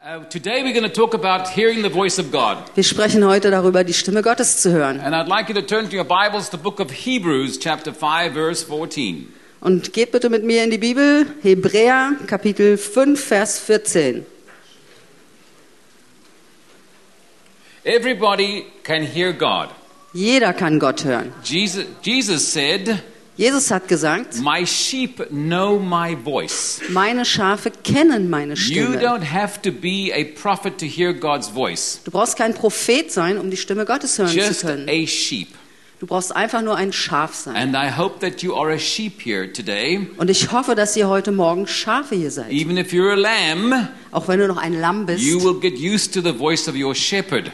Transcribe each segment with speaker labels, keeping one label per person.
Speaker 1: Uh, today we're going to talk about hearing the voice of God.
Speaker 2: Wir sprechen heute darüber, die Stimme Gottes zu hören.
Speaker 1: And I'd like you to turn to your Bibles, the book of Hebrews, chapter 5, verse 14.
Speaker 2: Und geht bitte mit mir in die Bibel, Hebräer Kapitel 5, Vers 14.
Speaker 1: Everybody can hear God.
Speaker 2: Jeder kann Gott hören.
Speaker 1: Jesus, Jesus said,
Speaker 2: Jesus hat gesagt,
Speaker 1: My sheep know my voice.
Speaker 2: meine Schafe kennen meine
Speaker 1: You
Speaker 2: Stimme.
Speaker 1: don't have to be a prophet to hear God's voice,
Speaker 2: Du brauchst kein Prophet sein, um die Stimme Gottes hören zu
Speaker 1: just
Speaker 2: können.
Speaker 1: a sheep.
Speaker 2: Du brauchst einfach nur ein Schaf sein.
Speaker 1: And I hope that you are a sheep here today.
Speaker 2: Und ich hoffe, dass ihr heute Morgen Schafe hier seid.
Speaker 1: Even if you're a lamb,
Speaker 2: Auch wenn du noch ein Lamm bist,
Speaker 1: you will get used to the voice of your shepherd.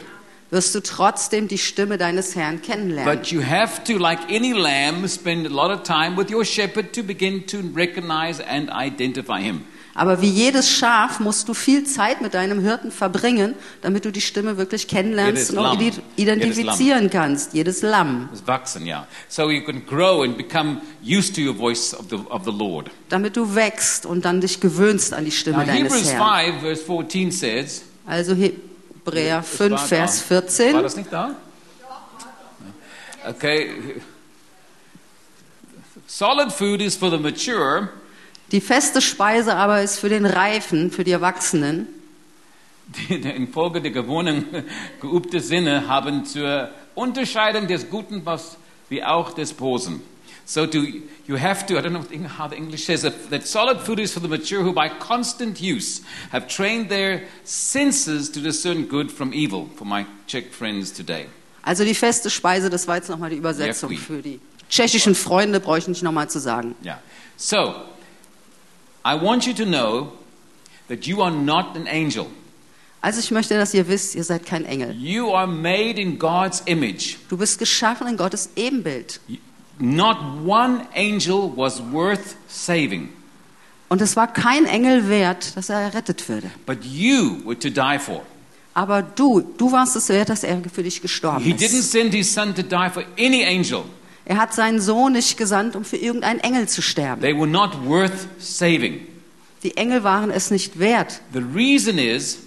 Speaker 2: wirst du trotzdem die Stimme deines Herrn kennenlernen.
Speaker 1: But you have to, like any lamb, spend a lot of time with your shepherd to begin to recognize and identify him.
Speaker 2: Aber wie jedes Schaf musst du viel Zeit mit deinem Hirten verbringen, damit du die Stimme wirklich
Speaker 1: Jedes
Speaker 2: kennenlernst und auch
Speaker 1: Lamm.
Speaker 2: ident- identifizieren kannst. Jedes Lamm.
Speaker 1: It's Vaxen, yeah. So you can grow and become used to your voice of the, of the Lord.
Speaker 2: Damit du wächst und dann dich gewöhnst an die Stimme
Speaker 1: Now,
Speaker 2: deines
Speaker 1: Hebrews
Speaker 2: Herrn.
Speaker 1: 5, verse 14 says.
Speaker 2: Also Hebräer
Speaker 1: Es
Speaker 2: 5,
Speaker 1: war
Speaker 2: Vers
Speaker 1: da. War
Speaker 2: 14.
Speaker 1: das nicht da? Okay. Solid food is for the mature,
Speaker 2: Die feste Speise aber ist für den Reifen, für die Erwachsenen.
Speaker 1: die infolge der Gewohnung geübte Sinne haben zur Unterscheidung des Guten, was wie auch des Bosen. So to, you have to, I don't know how the English says it, that solid food is for the mature who by constant use have trained their senses to discern good from evil, for my Czech friends today.
Speaker 2: Also die feste Speise, das war jetzt nochmal die Übersetzung
Speaker 1: Jeffrey.
Speaker 2: für die tschechischen Freunde, brauche ich nicht nochmal zu sagen.
Speaker 1: Yeah. So, I want you to know that you are not an angel.
Speaker 2: Also ich möchte, dass ihr wisst, ihr seid kein Engel.
Speaker 1: You are made in God's image.
Speaker 2: Du bist geschaffen in Gottes Ebenbild.
Speaker 1: Not one angel was worth saving,
Speaker 2: Und es war kein Engel wert, dass er errettet würde.
Speaker 1: but you were to die for.
Speaker 2: Aber du, du warst es wert, dass er für dich gestorben
Speaker 1: He didn't
Speaker 2: ist.
Speaker 1: send his son to die for any angel.
Speaker 2: Er hat seinen Sohn nicht gesandt, um für irgendeinen Engel zu sterben.
Speaker 1: They were not worth saving.
Speaker 2: Die Engel waren es nicht wert.
Speaker 1: The reason is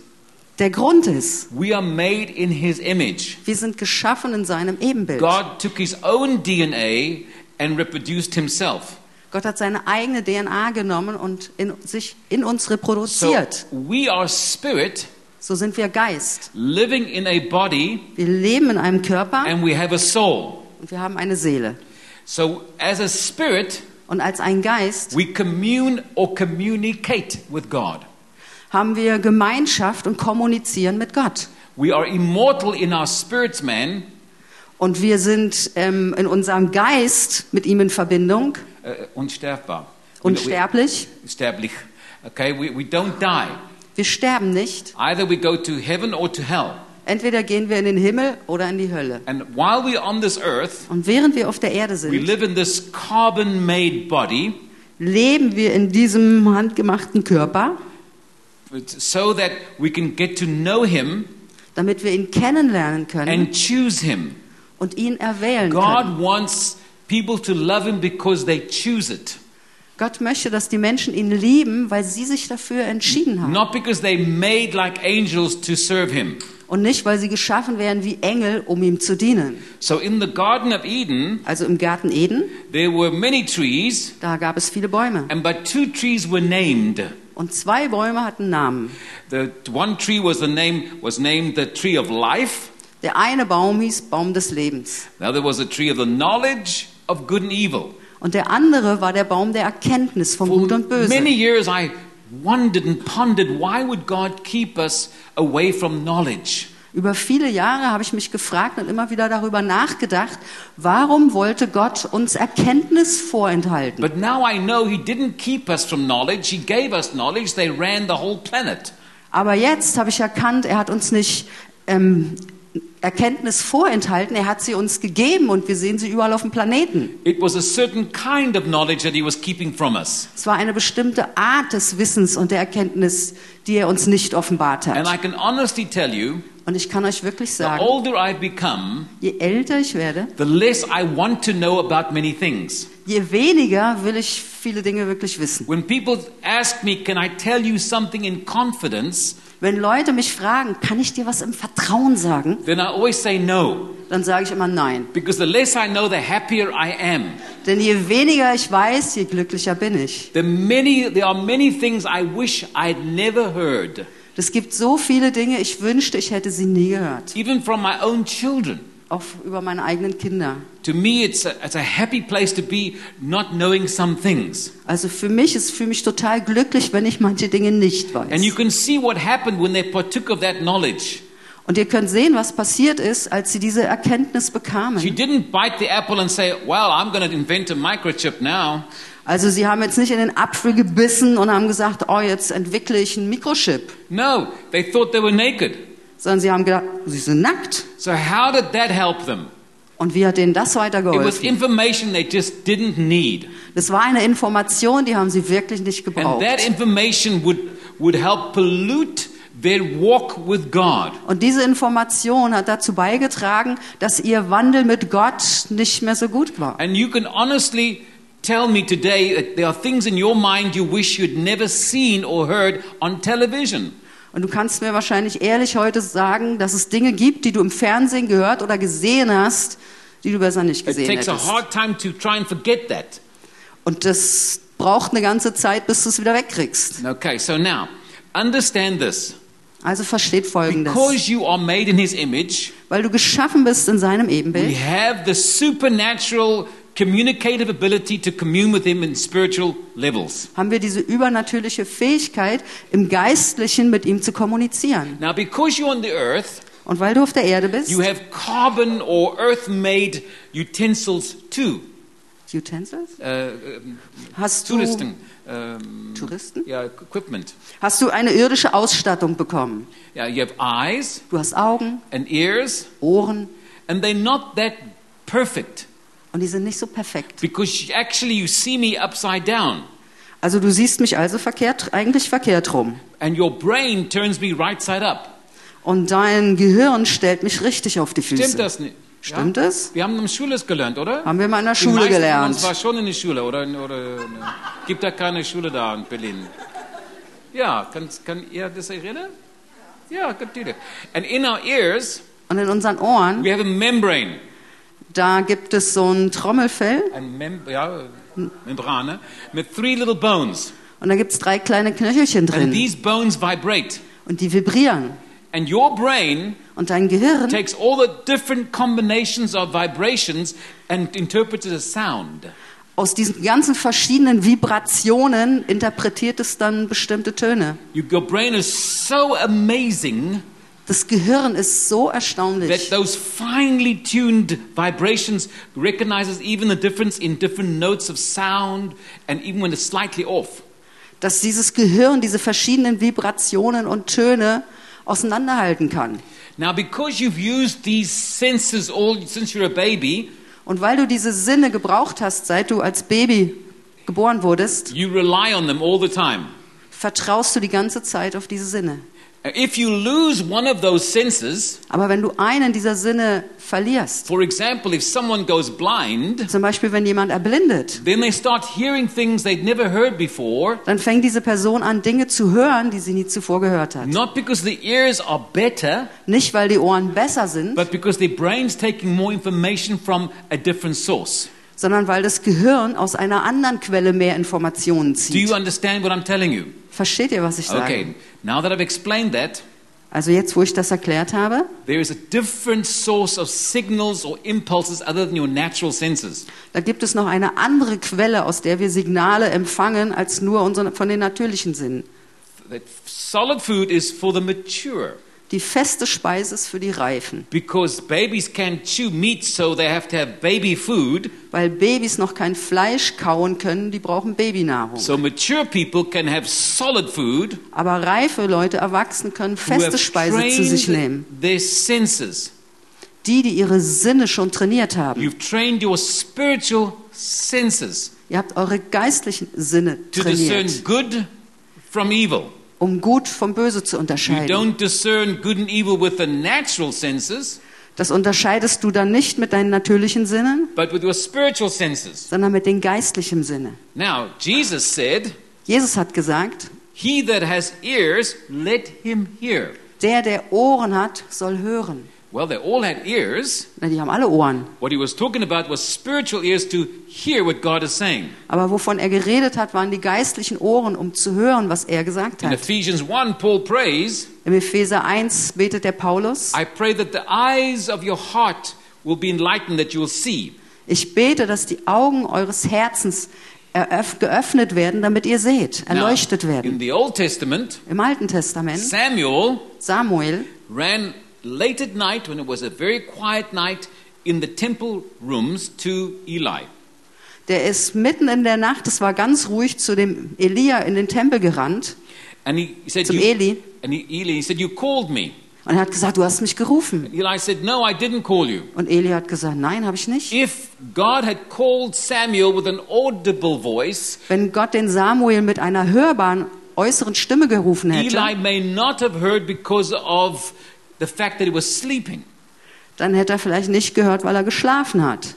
Speaker 2: Der Grund ist,
Speaker 1: we are made in his image.
Speaker 2: wir sind geschaffen in seinem Ebenbild.
Speaker 1: God took his own DNA and reproduced himself.
Speaker 2: Gott hat seine eigene DNA genommen und in, sich in uns
Speaker 1: So
Speaker 2: reproduziert.
Speaker 1: we are spirit
Speaker 2: So sind wir Geist.
Speaker 1: living in a body
Speaker 2: Wir leben in einem Körper
Speaker 1: and we have a soul.
Speaker 2: und wir haben eine Seele.
Speaker 1: So, as a spirit,
Speaker 2: Und als ein Geist
Speaker 1: we commune or communicate with God.
Speaker 2: haben wir Gemeinschaft und kommunizieren mit Gott.
Speaker 1: We are immortal in our spirits, man,
Speaker 2: Und wir sind ähm, in unserem Geist mit ihm in Verbindung,
Speaker 1: uh, unsterfbar.
Speaker 2: unsterblich.
Speaker 1: We- Sterblich. Okay, we, we don't die.
Speaker 2: Wir sterben nicht.
Speaker 1: Either we go to heaven or to hell.
Speaker 2: Entweder gehen wir in den Himmel oder in die Hölle.
Speaker 1: And while we're on this earth,
Speaker 2: Und während wir auf der Erde
Speaker 1: we
Speaker 2: sind,
Speaker 1: live in this carbon made body
Speaker 2: leben wir in diesem handgemachten Körper,
Speaker 1: so that we can get to know Him
Speaker 2: damit wir ihn kennenlernen können
Speaker 1: and choose Him.
Speaker 2: und ihn erwählen können.
Speaker 1: God wants people to love Him because they choose it.
Speaker 2: Gott möchte, dass die Menschen ihn lieben, weil sie sich dafür entschieden haben.
Speaker 1: Not because they made like angels to serve him.
Speaker 2: Und nicht, weil sie geschaffen werden wie Engel, um ihm zu dienen.
Speaker 1: So in the Garden of Eden,
Speaker 2: Also im Garten Eden,
Speaker 1: there were many trees,
Speaker 2: da gab es viele Bäume.
Speaker 1: and but two trees were named.
Speaker 2: Und zwei Bäume hatten Namen.
Speaker 1: The one tree was the name was named the tree of life.
Speaker 2: Der eine Baum hieß Baum des Lebens.
Speaker 1: The other was a tree of the knowledge of good and evil.
Speaker 2: Und der andere war der Baum der Erkenntnis von Gut und
Speaker 1: Many
Speaker 2: Böse.
Speaker 1: years I wondered and pondered why would God keep us away from knowledge?
Speaker 2: Über viele Jahre habe ich mich gefragt und immer wieder darüber nachgedacht, warum wollte Gott uns Erkenntnis vorenthalten?
Speaker 1: But now I know he didn't keep us from knowledge. He gave us knowledge. They ran the whole planet.
Speaker 2: Aber jetzt habe ich erkannt, er hat uns nicht ähm, Erkenntnis vorenthalten, er hat sie uns gegeben und wir sehen sie überall auf dem Planeten.
Speaker 1: It was a certain kind of knowledge that he was keeping from us.
Speaker 2: Es war eine bestimmte Art des Wissens und der Erkenntnis, die er uns nicht offenbart
Speaker 1: And I
Speaker 2: hat.
Speaker 1: can honestly tell you,
Speaker 2: Und ich kann euch wirklich
Speaker 1: the
Speaker 2: sagen,
Speaker 1: older I've become,
Speaker 2: Je älter ich werde,
Speaker 1: the less I want to know about many things.
Speaker 2: je weniger will ich viele Dinge wirklich wissen.
Speaker 1: When people ask me, can I tell you something in confidence?
Speaker 2: Wenn Leute mich fragen, kann ich dir was im Vertrauen sagen,
Speaker 1: then I always say no.
Speaker 2: dann sage ich immer nein.
Speaker 1: Because the less I know, the happier I am.
Speaker 2: Denn je weniger ich weiß, je glücklicher bin ich.
Speaker 1: The many, there are many things I wish I'd never heard,
Speaker 2: Es gibt so viele Dinge, ich wünschte, ich hätte sie nie gehört.
Speaker 1: even from my own children.
Speaker 2: Auch über meine eigenen Kinder.
Speaker 1: To me, it's a, it's a happy place to be not knowing some things.
Speaker 2: Also für mich, es fühlt mich total glücklich, wenn ich manche Dinge nicht
Speaker 1: And you
Speaker 2: weiß.
Speaker 1: can see what happened when they partook of that knowledge.
Speaker 2: Und ihr könnt sehen, was passiert ist, als sie diese Erkenntnis
Speaker 1: She
Speaker 2: bekamen.
Speaker 1: didn't bite the apple and say, Well, I'm going to invent a microchip now.
Speaker 2: Also sie haben jetzt nicht in den Apfel gebissen und haben gesagt, oh, jetzt entwickle ich einen Mikrochip.
Speaker 1: No, they thought they were naked.
Speaker 2: Sondern sie haben gedacht, sie sind nackt.
Speaker 1: So, how did that help them?
Speaker 2: Und wie hat denen das
Speaker 1: It was
Speaker 2: weitergeholfen?
Speaker 1: information they just didn't need.
Speaker 2: Das war eine Information, die haben sie wirklich nicht
Speaker 1: And
Speaker 2: gebraucht.
Speaker 1: that information would, would help pollute their walk with God.
Speaker 2: Und diese Information hat dazu beigetragen, dass ihr Wandel mit Gott nicht mehr so gut war.
Speaker 1: And you can honestly tell me today that there are things in your mind you wish you'd never seen or heard on television.
Speaker 2: Und du kannst mir wahrscheinlich ehrlich heute sagen, dass es Dinge gibt, die du im Fernsehen gehört oder gesehen hast, die du besser nicht
Speaker 1: It
Speaker 2: gesehen
Speaker 1: takes a
Speaker 2: hättest.
Speaker 1: hard time to try and forget that.
Speaker 2: Und das braucht eine ganze Zeit, bis du es wieder wegkriegst.
Speaker 1: Okay, so now, understand this.
Speaker 2: Also versteht Folgendes.
Speaker 1: Because you are made in His image,
Speaker 2: Weil du geschaffen bist in seinem
Speaker 1: we
Speaker 2: Ebenbild,
Speaker 1: have the supernatural communicative ability to commune with Him in spiritual levels.
Speaker 2: haben wir diese übernatürliche Fähigkeit, im Geistlichen mit ihm zu kommunizieren.
Speaker 1: Now, because you're on the earth,
Speaker 2: Und weil du auf der Erde bist,
Speaker 1: You have carbon or earth made utensils too.
Speaker 2: Utensils?
Speaker 1: Uh,
Speaker 2: Hast du,
Speaker 1: Touristen. Um,
Speaker 2: Touristen?
Speaker 1: yeah, equipment.
Speaker 2: hast du eine irdische Ausstattung bekommen.
Speaker 1: Yeah, you have eyes
Speaker 2: Du hast Augen,
Speaker 1: and ears,
Speaker 2: Ohren
Speaker 1: and they're not that perfect
Speaker 2: und die sind nicht so perfekt.
Speaker 1: because actually you see me upside down,
Speaker 2: Also du siehst mich also verkehrt, eigentlich verkehrt rum.
Speaker 1: and your brain turns me right side up.
Speaker 2: Und dein Gehirn stellt mich richtig auf die
Speaker 1: Stimmt
Speaker 2: Füße.
Speaker 1: das nicht?
Speaker 2: Stimmt
Speaker 1: ja?
Speaker 2: es?
Speaker 1: Wir haben im Schule es gelernt, oder?
Speaker 2: Haben wir mal in der
Speaker 1: Die
Speaker 2: Schule
Speaker 1: meisten von
Speaker 2: gelernt.
Speaker 1: uns war schon in der Schule, oder? oder ne? Gibt da keine Schule da in Berlin? Ja, kann, kann ihr das erinnern? Ja, natürlich. And in our ears,
Speaker 2: Und in unseren Ohren,
Speaker 1: we have a membrane.
Speaker 2: da gibt es so ein Trommelfell
Speaker 1: Ein Mem ja, Membrane. Mit three little bones.
Speaker 2: und da gibt es drei kleine Knöchelchen
Speaker 1: And
Speaker 2: drin
Speaker 1: these bones vibrate.
Speaker 2: und die vibrieren.
Speaker 1: And your brain
Speaker 2: Und dein Gehirn
Speaker 1: takes all the different combinations of vibrations and interprets it as sound.
Speaker 2: aus diesen ganzen verschiedenen Vibrationen interpretiert es dann bestimmte Töne.
Speaker 1: You- Your brain is so amazing
Speaker 2: Das Gehirn ist so
Speaker 1: that
Speaker 2: erstaunlich.
Speaker 1: those finely tuned vibrations recognizes even the difference in different notes of sound and even when it's slightly off
Speaker 2: dass dieses Gehirn diese verschiedenen Vibrationen und Töne auseinanderhalten kann.
Speaker 1: now because you've used these senses all since you're a baby
Speaker 2: Und weil du diese Sinne gebraucht hast, seit du als Baby geboren wurdest,
Speaker 1: you rely on them all the time
Speaker 2: vertraust du die ganze Zeit auf diese Sinne.
Speaker 1: if you lose one of those senses
Speaker 2: Aber wenn du einen dieser Sinne verlierst,
Speaker 1: for example if someone goes blind
Speaker 2: zum Beispiel wenn jemand erblindet,
Speaker 1: then they start hearing things they'd never heard before
Speaker 2: dann fängt diese Person an, Dinge zu hören, die sie nie zuvor gehört hat.
Speaker 1: not because the ears are better
Speaker 2: Nicht, weil die Ohren besser sind,
Speaker 1: but because their brain's taking more information from a different source
Speaker 2: sondern weil das Gehirn aus einer anderen Quelle mehr Informationen
Speaker 1: do you
Speaker 2: zieht.
Speaker 1: understand what i'm telling you
Speaker 2: Versteht ihr, was ich sage?
Speaker 1: Okay, now that I've explained that,
Speaker 2: Also jetzt, wo ich das erklärt habe,
Speaker 1: there is a different source of signals or impulses other than your natural senses.
Speaker 2: Da gibt es noch eine andere Quelle, aus der wir Signale empfangen, als nur unsere, von den natürlichen Sinnen.
Speaker 1: That solid food is for the mature
Speaker 2: Die feste Speise ist für die Reifen,
Speaker 1: because babies can't chew meat, so they have to have baby food.
Speaker 2: weil Babys noch kein Fleisch kauen können, die brauchen Babynahrung.
Speaker 1: So mature people can have solid food
Speaker 2: Aber reife Leute, Erwachsene, können
Speaker 1: who have
Speaker 2: feste Speise zu sich nehmen.
Speaker 1: their senses.
Speaker 2: Die, die ihre Sinne schon trainiert haben.
Speaker 1: You've trained your spiritual senses
Speaker 2: Ihr habt eure geistlichen Sinne
Speaker 1: to discern
Speaker 2: trainiert,
Speaker 1: good from evil.
Speaker 2: um gut vom Böse zu
Speaker 1: You
Speaker 2: unterscheiden.
Speaker 1: don't discern good and evil with the natural senses.
Speaker 2: Das unterscheidest du dann nicht mit deinen natürlichen Sinnen,
Speaker 1: but with your spiritual senses.
Speaker 2: sondern mit den geistlichen Sinne.
Speaker 1: Now, Jesus said
Speaker 2: Jesus hat gesagt,
Speaker 1: He that has ears, let him hear.
Speaker 2: Der, der Ohren hat, soll hören.
Speaker 1: Well, they all had ears.
Speaker 2: Na, die haben alle Ohren.
Speaker 1: What he was talking about was spiritual ears to hear what God is saying.
Speaker 2: Aber wovon er geredet hat, waren die geistlichen Ohren, um zu hören, was er gesagt
Speaker 1: In
Speaker 2: hat.
Speaker 1: Ephesians 1, Paul prays,
Speaker 2: Im Epheser 1 betet der Paulus,
Speaker 1: I pray that the eyes of your heart will be enlightened, that you will see.
Speaker 2: ich bete, dass die Augen eures Herzens eröff- geöffnet werden, damit ihr seht, erleuchtet
Speaker 1: Now,
Speaker 2: werden.
Speaker 1: In the Old Testament,
Speaker 2: Im Alten Testament,
Speaker 1: Samuel
Speaker 2: Samuel
Speaker 1: ran late at night when it was a very quiet night in the temple rooms to Eli.
Speaker 2: Der ist mitten in der Nacht, es war ganz ruhig, zu dem Elia in den Tempel gerannt
Speaker 1: And he he said,
Speaker 2: Zum
Speaker 1: you,
Speaker 2: Eli.
Speaker 1: And he, Eli, he said, you called me.
Speaker 2: und er hat gesagt, du hast mich gerufen.
Speaker 1: Eli said, no, I didn't call you.
Speaker 2: Und Elia hat gesagt, nein, habe ich nicht.
Speaker 1: If God had called Samuel with an audible voice,
Speaker 2: Wenn Gott den Samuel mit einer hörbaren äußeren Stimme gerufen
Speaker 1: Eli
Speaker 2: hätte,
Speaker 1: may not have heard because of the fact that he was sleeping.
Speaker 2: dann hätte er vielleicht nicht gehört, weil er geschlafen hat.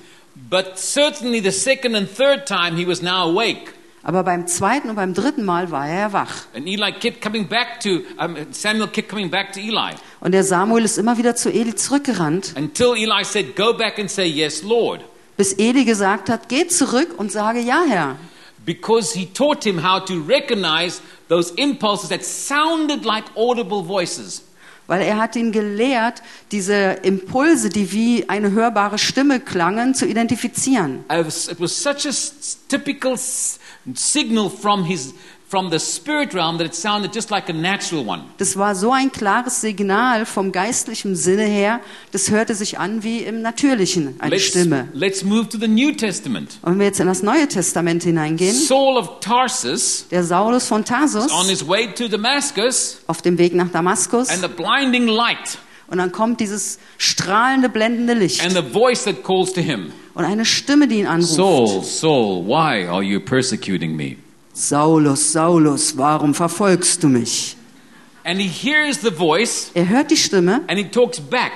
Speaker 1: But certainly the second and third time he was now awake.
Speaker 2: Aber beim zweiten und beim dritten Mal war er wach.
Speaker 1: And Eli kept coming back to, um, Samuel kept coming back to Eli
Speaker 2: Und der Samuel ist immer wieder zu Eli zurückgerannt,
Speaker 1: until Eli said, Go back and say, Yes, Lord.
Speaker 2: bis Eli gesagt hat, geh zurück und sage, ja Herr.
Speaker 1: Because he taught him how to recognize those impulses that sounded like audible voices.
Speaker 2: Weil er hat ihn gelehrt, diese Impulse, die wie eine hörbare Stimme klangen, zu identifizieren.
Speaker 1: I was- It was such a s- typical s- signal from, his, from the spirit realm that it sounded just like a natural one.
Speaker 2: Das war so ein klares Signal vom geistlichen Sinne her, das hörte sich an wie im Natürlichen eine
Speaker 1: Let's,
Speaker 2: Stimme.
Speaker 1: let's move to the New Testament.
Speaker 2: Und wenn wir jetzt in das Neue Testament hineingehen,
Speaker 1: Saul of Tarsus
Speaker 2: der Saulus von
Speaker 1: on
Speaker 2: Tarsus
Speaker 1: his way to Damascus
Speaker 2: auf dem Weg nach Damaskus
Speaker 1: and the blinding light
Speaker 2: und dann kommt dieses strahlende, blendende
Speaker 1: and
Speaker 2: Licht
Speaker 1: the voice that calls to him
Speaker 2: und eine Stimme, die ihn
Speaker 1: Saul,
Speaker 2: anruft.
Speaker 1: Saul, why are you persecuting me?
Speaker 2: Saulus, Saulus, warum verfolgst du mich?
Speaker 1: And he hears the voice
Speaker 2: Er hört die Stimme
Speaker 1: and he talks back.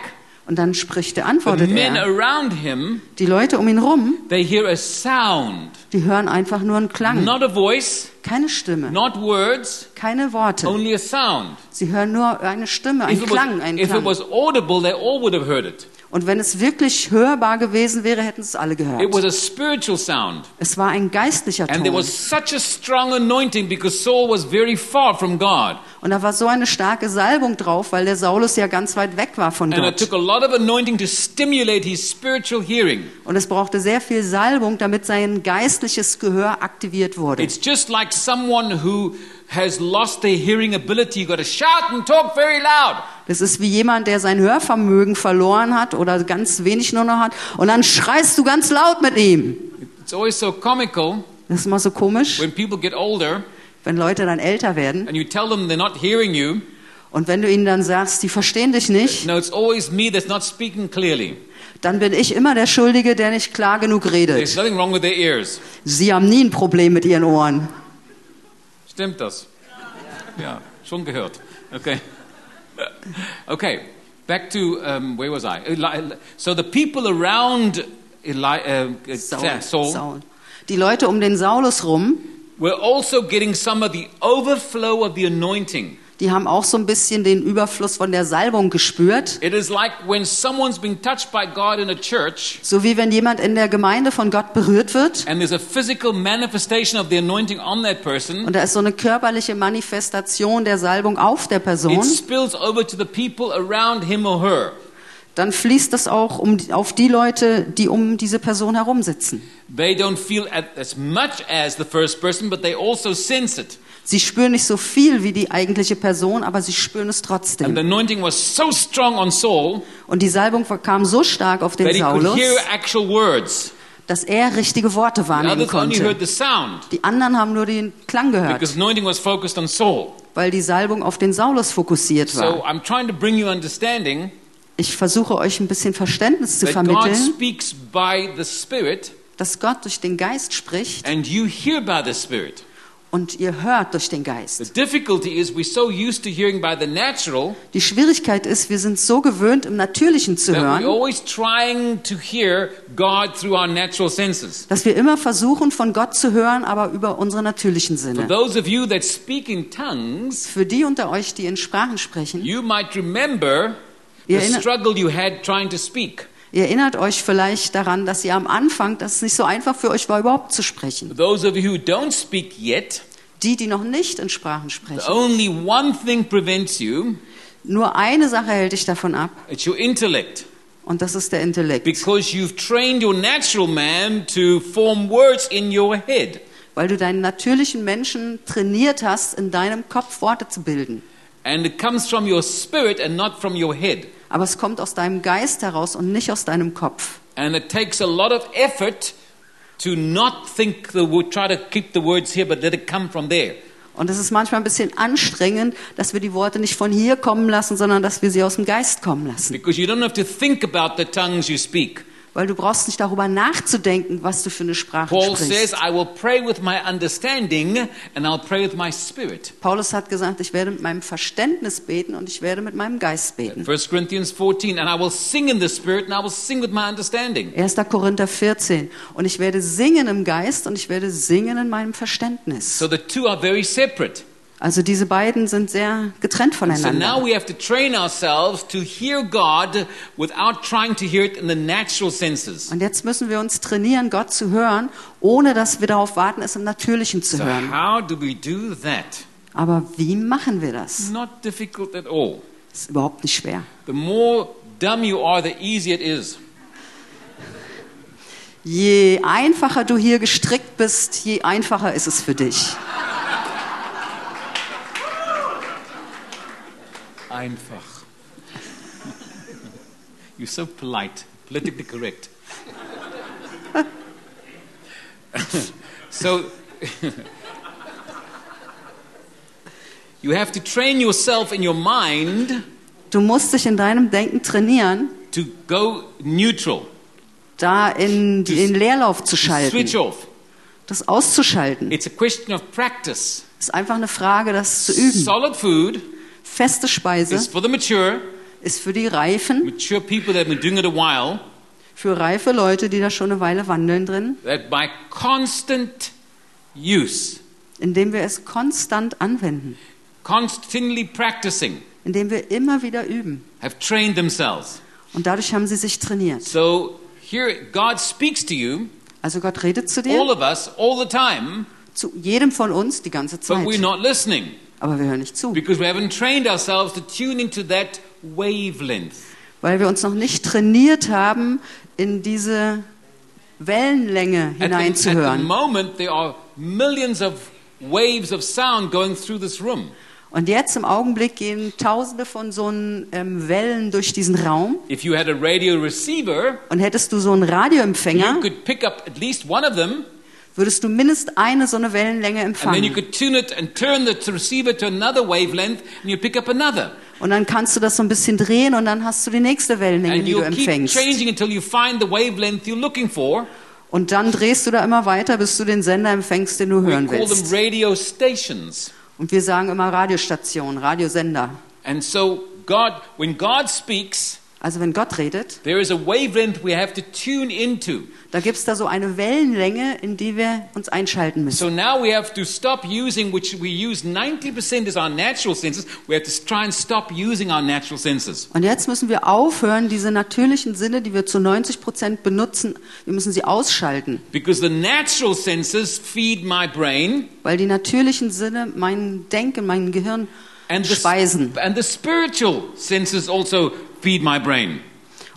Speaker 2: und dann spricht er,
Speaker 1: The
Speaker 2: antwortet
Speaker 1: men
Speaker 2: er.
Speaker 1: around him,
Speaker 2: Die Leute um ihn rum,
Speaker 1: they hear a sound,
Speaker 2: die hören einfach nur einen Klang,
Speaker 1: not a voice,
Speaker 2: keine Stimme,
Speaker 1: not words,
Speaker 2: keine Worte.
Speaker 1: only a sound.
Speaker 2: Sie hören nur eine Stimme,
Speaker 1: If
Speaker 2: einen
Speaker 1: it
Speaker 2: Oh, Klang, einen
Speaker 1: was, if it
Speaker 2: Klang.
Speaker 1: was audible, they all would have heard it.
Speaker 2: Und wenn es wirklich hörbar gewesen wäre, hätten es alle
Speaker 1: It was
Speaker 2: gehört.
Speaker 1: a spiritual sound.
Speaker 2: Es war ein geistlicher
Speaker 1: And there
Speaker 2: Ton.
Speaker 1: was such a strong anointing because Saul was very far from God.
Speaker 2: Und da war so eine starke Salbung drauf, weil der Saulus ja ganz weit weg war von
Speaker 1: And it
Speaker 2: Gott.
Speaker 1: took a lot of anointing to stimulate his spiritual hearing.
Speaker 2: Und es brauchte sehr viel Salbung, damit sein geistliches Gehör aktiviert wurde.
Speaker 1: It's just like someone who has lost their hearing ability. You got to shout and talk very loud.
Speaker 2: Das ist wie jemand, der sein Hörvermögen verloren hat oder ganz wenig nur noch hat. Und dann schreist du ganz laut mit ihm.
Speaker 1: It's always so comical
Speaker 2: Das ist immer so komisch.
Speaker 1: when people get older
Speaker 2: wenn Leute dann älter werden
Speaker 1: and you tell them they're not hearing you.
Speaker 2: und wenn du ihnen dann sagst, die verstehen dich nicht,
Speaker 1: No, it's always me that's not speaking clearly.
Speaker 2: dann bin ich immer der Schuldige, der nicht klar genug
Speaker 1: There's
Speaker 2: redet.
Speaker 1: nothing wrong with their ears.
Speaker 2: Sie haben nie ein Problem mit ihren Ohren.
Speaker 1: Stimmt das? Ja, schon gehört. Okay. Okay, back to um, where was I? Eli- So the people around Eli, uh, uh, Sa- Saul,
Speaker 2: Saul. Die Leute um den Saulus rum,
Speaker 1: were also getting some of the overflow of the anointing.
Speaker 2: die haben auch so ein bisschen den Überfluss von der Salbung gespürt.
Speaker 1: It is like when someone's been touched by God in a church
Speaker 2: So wie wenn jemand in der Gemeinde von Gott berührt wird
Speaker 1: and there's a physical manifestation of the anointing on that person.
Speaker 2: und da ist so eine körperliche Manifestation der Salbung auf der
Speaker 1: It
Speaker 2: Person,
Speaker 1: spills over to the people around him or her.
Speaker 2: dann fließt das auch um, auf die Leute, die um diese Person herum sitzen.
Speaker 1: They don't feel at- as much as the first person, but they also sense it.
Speaker 2: Sie spüren nicht so viel wie die eigentliche Person, aber sie spüren es
Speaker 1: And the
Speaker 2: trotzdem.
Speaker 1: anointing was so strong on Saul
Speaker 2: Und die Salbung kam so stark auf
Speaker 1: that
Speaker 2: den
Speaker 1: he could
Speaker 2: Saulus,
Speaker 1: hear actual words.
Speaker 2: dass er richtige Worte
Speaker 1: The
Speaker 2: wahrnehmen
Speaker 1: others only heard
Speaker 2: konnte.
Speaker 1: the sound
Speaker 2: Die anderen haben nur den Klang
Speaker 1: because
Speaker 2: gehört,
Speaker 1: anointing was focused on Saul.
Speaker 2: weil die Salbung auf den Saulus fokussiert
Speaker 1: So
Speaker 2: war.
Speaker 1: I'm trying to bring you understanding
Speaker 2: Ich versuche euch ein bisschen Verständnis zu
Speaker 1: that God
Speaker 2: vermitteln,
Speaker 1: speaks by the Spirit
Speaker 2: dass Gott durch den Geist spricht
Speaker 1: and you hear by the Spirit.
Speaker 2: und ihr hört durch den
Speaker 1: The
Speaker 2: Geist.
Speaker 1: difficulty is we're so used to hearing by the natural
Speaker 2: Die Schwierigkeit ist, wir sind so gewöhnt, im Natürlichen zu
Speaker 1: that we're
Speaker 2: hören,
Speaker 1: always trying to hear God through our natural senses.
Speaker 2: dass wir immer versuchen, von Gott zu hören, aber über unsere natürlichen
Speaker 1: For
Speaker 2: Sinne.
Speaker 1: those of you that speak in tongues,
Speaker 2: Für die unter euch, die in Sprachen sprechen,
Speaker 1: you might remember the
Speaker 2: Yeah, in a-
Speaker 1: struggle you had trying to speak.
Speaker 2: ihr erinnert euch vielleicht daran, dass ihr am Anfang, dass es nicht so einfach für euch war, überhaupt
Speaker 1: For
Speaker 2: zu sprechen.
Speaker 1: those of you who don't speak yet,
Speaker 2: Die, die noch nicht in Sprachen
Speaker 1: the
Speaker 2: sprechen.
Speaker 1: only one thing prevents you,
Speaker 2: Nur eine Sache hält dich davon ab,
Speaker 1: it's your intellect.
Speaker 2: und das ist der Intellekt.
Speaker 1: Because you've trained your natural man to form words in your head.
Speaker 2: Weil du deinen natürlichen Menschen trainiert hast, in deinem Kopf Worte zu bilden.
Speaker 1: And it comes from your spirit and not from your head.
Speaker 2: Aber es kommt aus deinem Geist heraus und nicht aus deinem Kopf.
Speaker 1: And it takes a lot of effort to not think the word, try to keep the words here, but let it come from there.
Speaker 2: Und es ist manchmal ein bisschen anstrengend, dass wir die Worte nicht von hier kommen lassen, sondern dass wir sie aus dem Geist kommen lassen.
Speaker 1: Because you don't have to think about the tongues you speak.
Speaker 2: Weil du brauchst nicht darüber nachzudenken, was du für eine Sprache
Speaker 1: Paul
Speaker 2: sprichst.
Speaker 1: says, I will pray with my understanding and I'll pray with my spirit.
Speaker 2: Paulus hat gesagt, ich werde mit meinem Verständnis beten und ich werde mit meinem Geist beten.
Speaker 1: 1 Corinthians 14, and I will sing in the spirit and I will sing with my understanding.
Speaker 2: 1. Korinther 14. Und ich werde singen im Geist und ich werde singen in meinem Verständnis.
Speaker 1: So the two are very separate.
Speaker 2: Also diese beiden sind sehr getrennt
Speaker 1: So now
Speaker 2: voneinander.
Speaker 1: we have to train ourselves to hear God without trying to hear it in the natural senses.
Speaker 2: Und jetzt müssen wir uns trainieren, Gott zu hören, ohne dass wir darauf warten, es im Natürlichen zu
Speaker 1: So
Speaker 2: hören.
Speaker 1: how do we do that?
Speaker 2: Aber wie machen wir das?
Speaker 1: Not difficult at all.
Speaker 2: Das ist überhaupt nicht schwer.
Speaker 1: The more dumb you are, the easier it is.
Speaker 2: Je einfacher du hier gestrickt bist, je einfacher ist es für dich.
Speaker 1: Einfach. You're so polite, politically correct. so you have to train yourself in your mind
Speaker 2: Du musst dich in deinem Denken trainieren,
Speaker 1: to go neutral,
Speaker 2: da in den Leerlauf zu
Speaker 1: to switch
Speaker 2: schalten,
Speaker 1: off.
Speaker 2: das auszuschalten.
Speaker 1: It's a question of practice.
Speaker 2: Ist einfach eine Frage, das zu üben.
Speaker 1: Solid food
Speaker 2: Feste
Speaker 1: is
Speaker 2: Speise
Speaker 1: for the mature,
Speaker 2: ist für die Reifen,
Speaker 1: mature people that have been doing it a while,
Speaker 2: für reife Leute, die da schon eine Weile wandeln drin,
Speaker 1: that by constant use,
Speaker 2: indem wir es konstant anwenden,
Speaker 1: constantly practicing,
Speaker 2: indem wir immer wieder üben.
Speaker 1: have trained themselves.
Speaker 2: Und dadurch haben sie sich trainiert.
Speaker 1: So here, God speaks to you,
Speaker 2: Also Gott redet zu
Speaker 1: all
Speaker 2: dir,
Speaker 1: of us, all the time,
Speaker 2: zu jedem von uns die ganze
Speaker 1: but
Speaker 2: Zeit.
Speaker 1: we're not listening
Speaker 2: Aber wir hören nicht zu,
Speaker 1: because we haven't trained ourselves to tune into that wavelength.
Speaker 2: weil wir uns noch nicht trainiert haben, in diese Wellenlänge
Speaker 1: At the, at the
Speaker 2: hineinzuhören.
Speaker 1: moment, there are millions of waves of sound going through this room.
Speaker 2: Und jetzt im Augenblick gehen Tausende von so einen, ähm, Wellen durch diesen Raum.
Speaker 1: If you had a radio receiver,
Speaker 2: Und hättest du so einen Radioempfänger,
Speaker 1: you could pick up at least one of them,
Speaker 2: würdest du mindestens eine so eine Wellenlänge
Speaker 1: and then you
Speaker 2: empfangen.
Speaker 1: could tune it and turn the t- receiver to another wavelength, and you pick up another.
Speaker 2: Und dann kannst du das so ein bisschen drehen und dann hast du die nächste Wellenlänge,
Speaker 1: And
Speaker 2: die du
Speaker 1: you'll keep
Speaker 2: empfängst.
Speaker 1: changing until you find the wavelength you're looking for.
Speaker 2: Und dann drehst du da immer weiter, bis du den Sender empfängst, den du
Speaker 1: We
Speaker 2: hören
Speaker 1: call
Speaker 2: willst.
Speaker 1: them radio stations.
Speaker 2: Und wir sagen immer Radiostation, Radiosender.
Speaker 1: And so God, when God speaks,
Speaker 2: Also wenn Gott redet,
Speaker 1: there is a wavelength we have to tune into.
Speaker 2: da gibt's da so eine Wellenlänge, in die wir uns einschalten müssen.
Speaker 1: So now we have to stop using, which we use 90% is our natural senses. We have to try and stop using our natural senses.
Speaker 2: Und jetzt müssen wir aufhören, diese natürlichen Sinne, die wir zu 90 Prozent benutzen, wir müssen sie ausschalten.
Speaker 1: Because the natural senses feed my brain,
Speaker 2: Weil die natürlichen Sinne mein Denken, mein Gehirn
Speaker 1: and the,
Speaker 2: speisen.
Speaker 1: and the spiritual senses also feed my brain.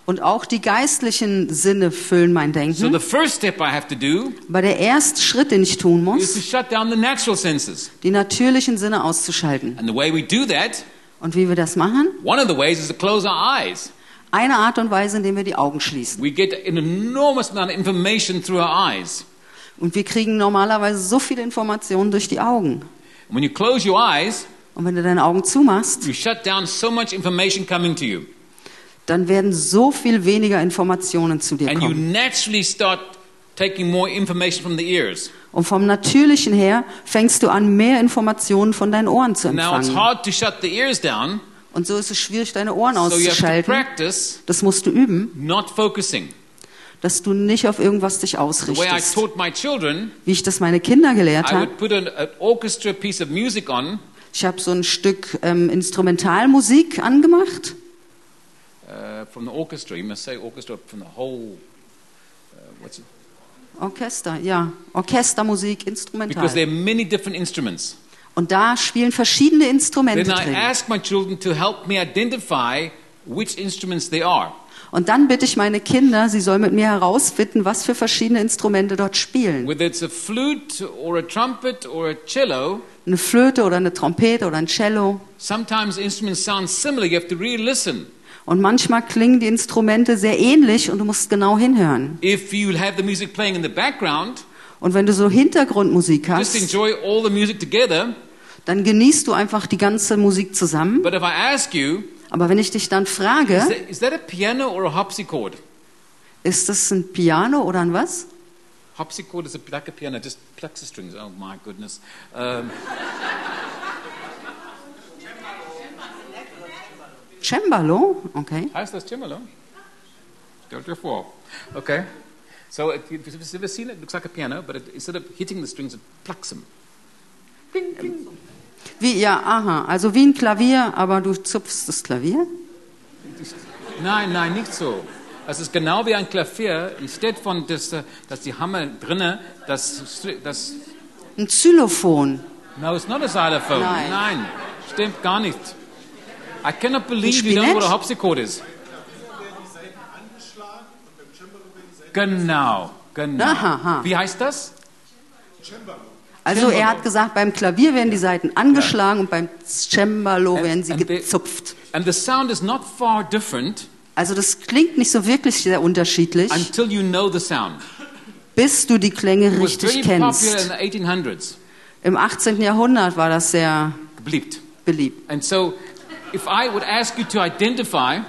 Speaker 2: Und auch die geistlichen Sinne füllen mein
Speaker 1: So
Speaker 2: Denken.
Speaker 1: the first step I have to do
Speaker 2: Aber der erste Schritt, den ich tun
Speaker 1: is to
Speaker 2: muss,
Speaker 1: shut down the natural senses.
Speaker 2: die natürlichen Sinne auszuschalten.
Speaker 1: And the way we do that,
Speaker 2: Und wie wir das machen?
Speaker 1: one of the ways is to close our eyes.
Speaker 2: Eine Art und Weise, indem wir die Augen schließen.
Speaker 1: We get an enormous amount of information through our eyes.
Speaker 2: Und wir kriegen normalerweise so viele Informationen durch die Augen.
Speaker 1: When you close your eyes,
Speaker 2: Und wenn du deine Augen zumachst,
Speaker 1: you shut down so much information coming to you.
Speaker 2: dann werden so viel weniger Informationen zu dir
Speaker 1: And you
Speaker 2: kommen.
Speaker 1: naturally start taking more information from the ears.
Speaker 2: Und vom Natürlichen her fängst du an, mehr Informationen von deinen Ohren zu
Speaker 1: Now it's
Speaker 2: empfangen.
Speaker 1: hard to shut the ears down,
Speaker 2: Und so ist es schwierig, deine Ohren
Speaker 1: so you have to
Speaker 2: auszuschalten.
Speaker 1: practice
Speaker 2: Das musst du üben,
Speaker 1: not focusing.
Speaker 2: dass du nicht auf irgendwas dich
Speaker 1: The way I
Speaker 2: ausrichtest.
Speaker 1: taught my children,
Speaker 2: Wie ich das meine Kinder gelehrt
Speaker 1: I
Speaker 2: habe.
Speaker 1: would put an, an orchestra piece of music on.
Speaker 2: Ich habe so ein Stück ähm, Instrumentalmusik angemacht.
Speaker 1: uh, from the orchestra. You must say orchestra from the whole. Uh, what's it?
Speaker 2: Orchester, ja. Orchestermusik,
Speaker 1: Because there
Speaker 2: Instrumental.
Speaker 1: are many different instruments.
Speaker 2: Und da spielen verschiedene Instrumente
Speaker 1: Then I
Speaker 2: drin.
Speaker 1: ask my children to help me identify which instruments they are.
Speaker 2: Und dann bitte ich meine Kinder, sie sollen mit mir herausfinden, was für verschiedene Instrumente dort spielen.
Speaker 1: Whether it's a flute or a trumpet or a cello,
Speaker 2: Eine Flöte oder eine Trompete oder ein Cello.
Speaker 1: sometimes instruments sound similar. You have to really listen.
Speaker 2: Und manchmal klingen die Instrumente sehr ähnlich und du musst genau hinhören.
Speaker 1: If you have the music playing in the background,
Speaker 2: Und wenn du so Hintergrundmusik
Speaker 1: just
Speaker 2: hast,
Speaker 1: enjoy all the music together.
Speaker 2: dann genießt du einfach die ganze Musik zusammen.
Speaker 1: But if I ask you,
Speaker 2: Aber wenn ich dich dann frage,
Speaker 1: is that, is that a piano or a harpsichord?
Speaker 2: ist das ein Piano oder ein was?
Speaker 1: Harpsichord is a, like a piano, just plucks the strings. Oh my goodness. Um,
Speaker 2: Cembalo? Okay.
Speaker 1: Heißt das Cembalo? Stell dir vor. Okay. So, if you- if you've ever seen it, it looks like a piano, but it, instead of hitting the strings, it plucks them. Ding, ding.
Speaker 2: Wie, ja, aha. Also wie ein Klavier, aber du zupfst das Klavier.
Speaker 1: Nein, nein, nicht so. Es ist genau wie ein Klavier. Instead von, das, äh, dass die Hammer drinnen, das, Str- das...
Speaker 2: Ein Xylophon.
Speaker 1: No, it's not a xylophone.
Speaker 2: Nein.
Speaker 1: nein stimmt gar nicht. I cannot believe you don't know
Speaker 2: Spinett?
Speaker 1: what a harpsichord is. Genau, genau.
Speaker 2: Aha, aha.
Speaker 1: Wie heißt das?
Speaker 2: Also er
Speaker 1: Cembalo.
Speaker 2: hat gesagt, beim Klavier werden die Seiten angeschlagen und beim Cembalo werden sie
Speaker 1: and they-
Speaker 2: gezupft.
Speaker 1: And the sound is not far different
Speaker 2: Also das klingt nicht so wirklich sehr unterschiedlich,
Speaker 1: until you know the sound.
Speaker 2: bis du die Klänge
Speaker 1: It was
Speaker 2: richtig
Speaker 1: very popular in
Speaker 2: kennst.
Speaker 1: the 1800s,
Speaker 2: Im 18. Jahrhundert war das sehr
Speaker 1: beliebt.
Speaker 2: beliebt.
Speaker 1: And so, if I would ask you to identify,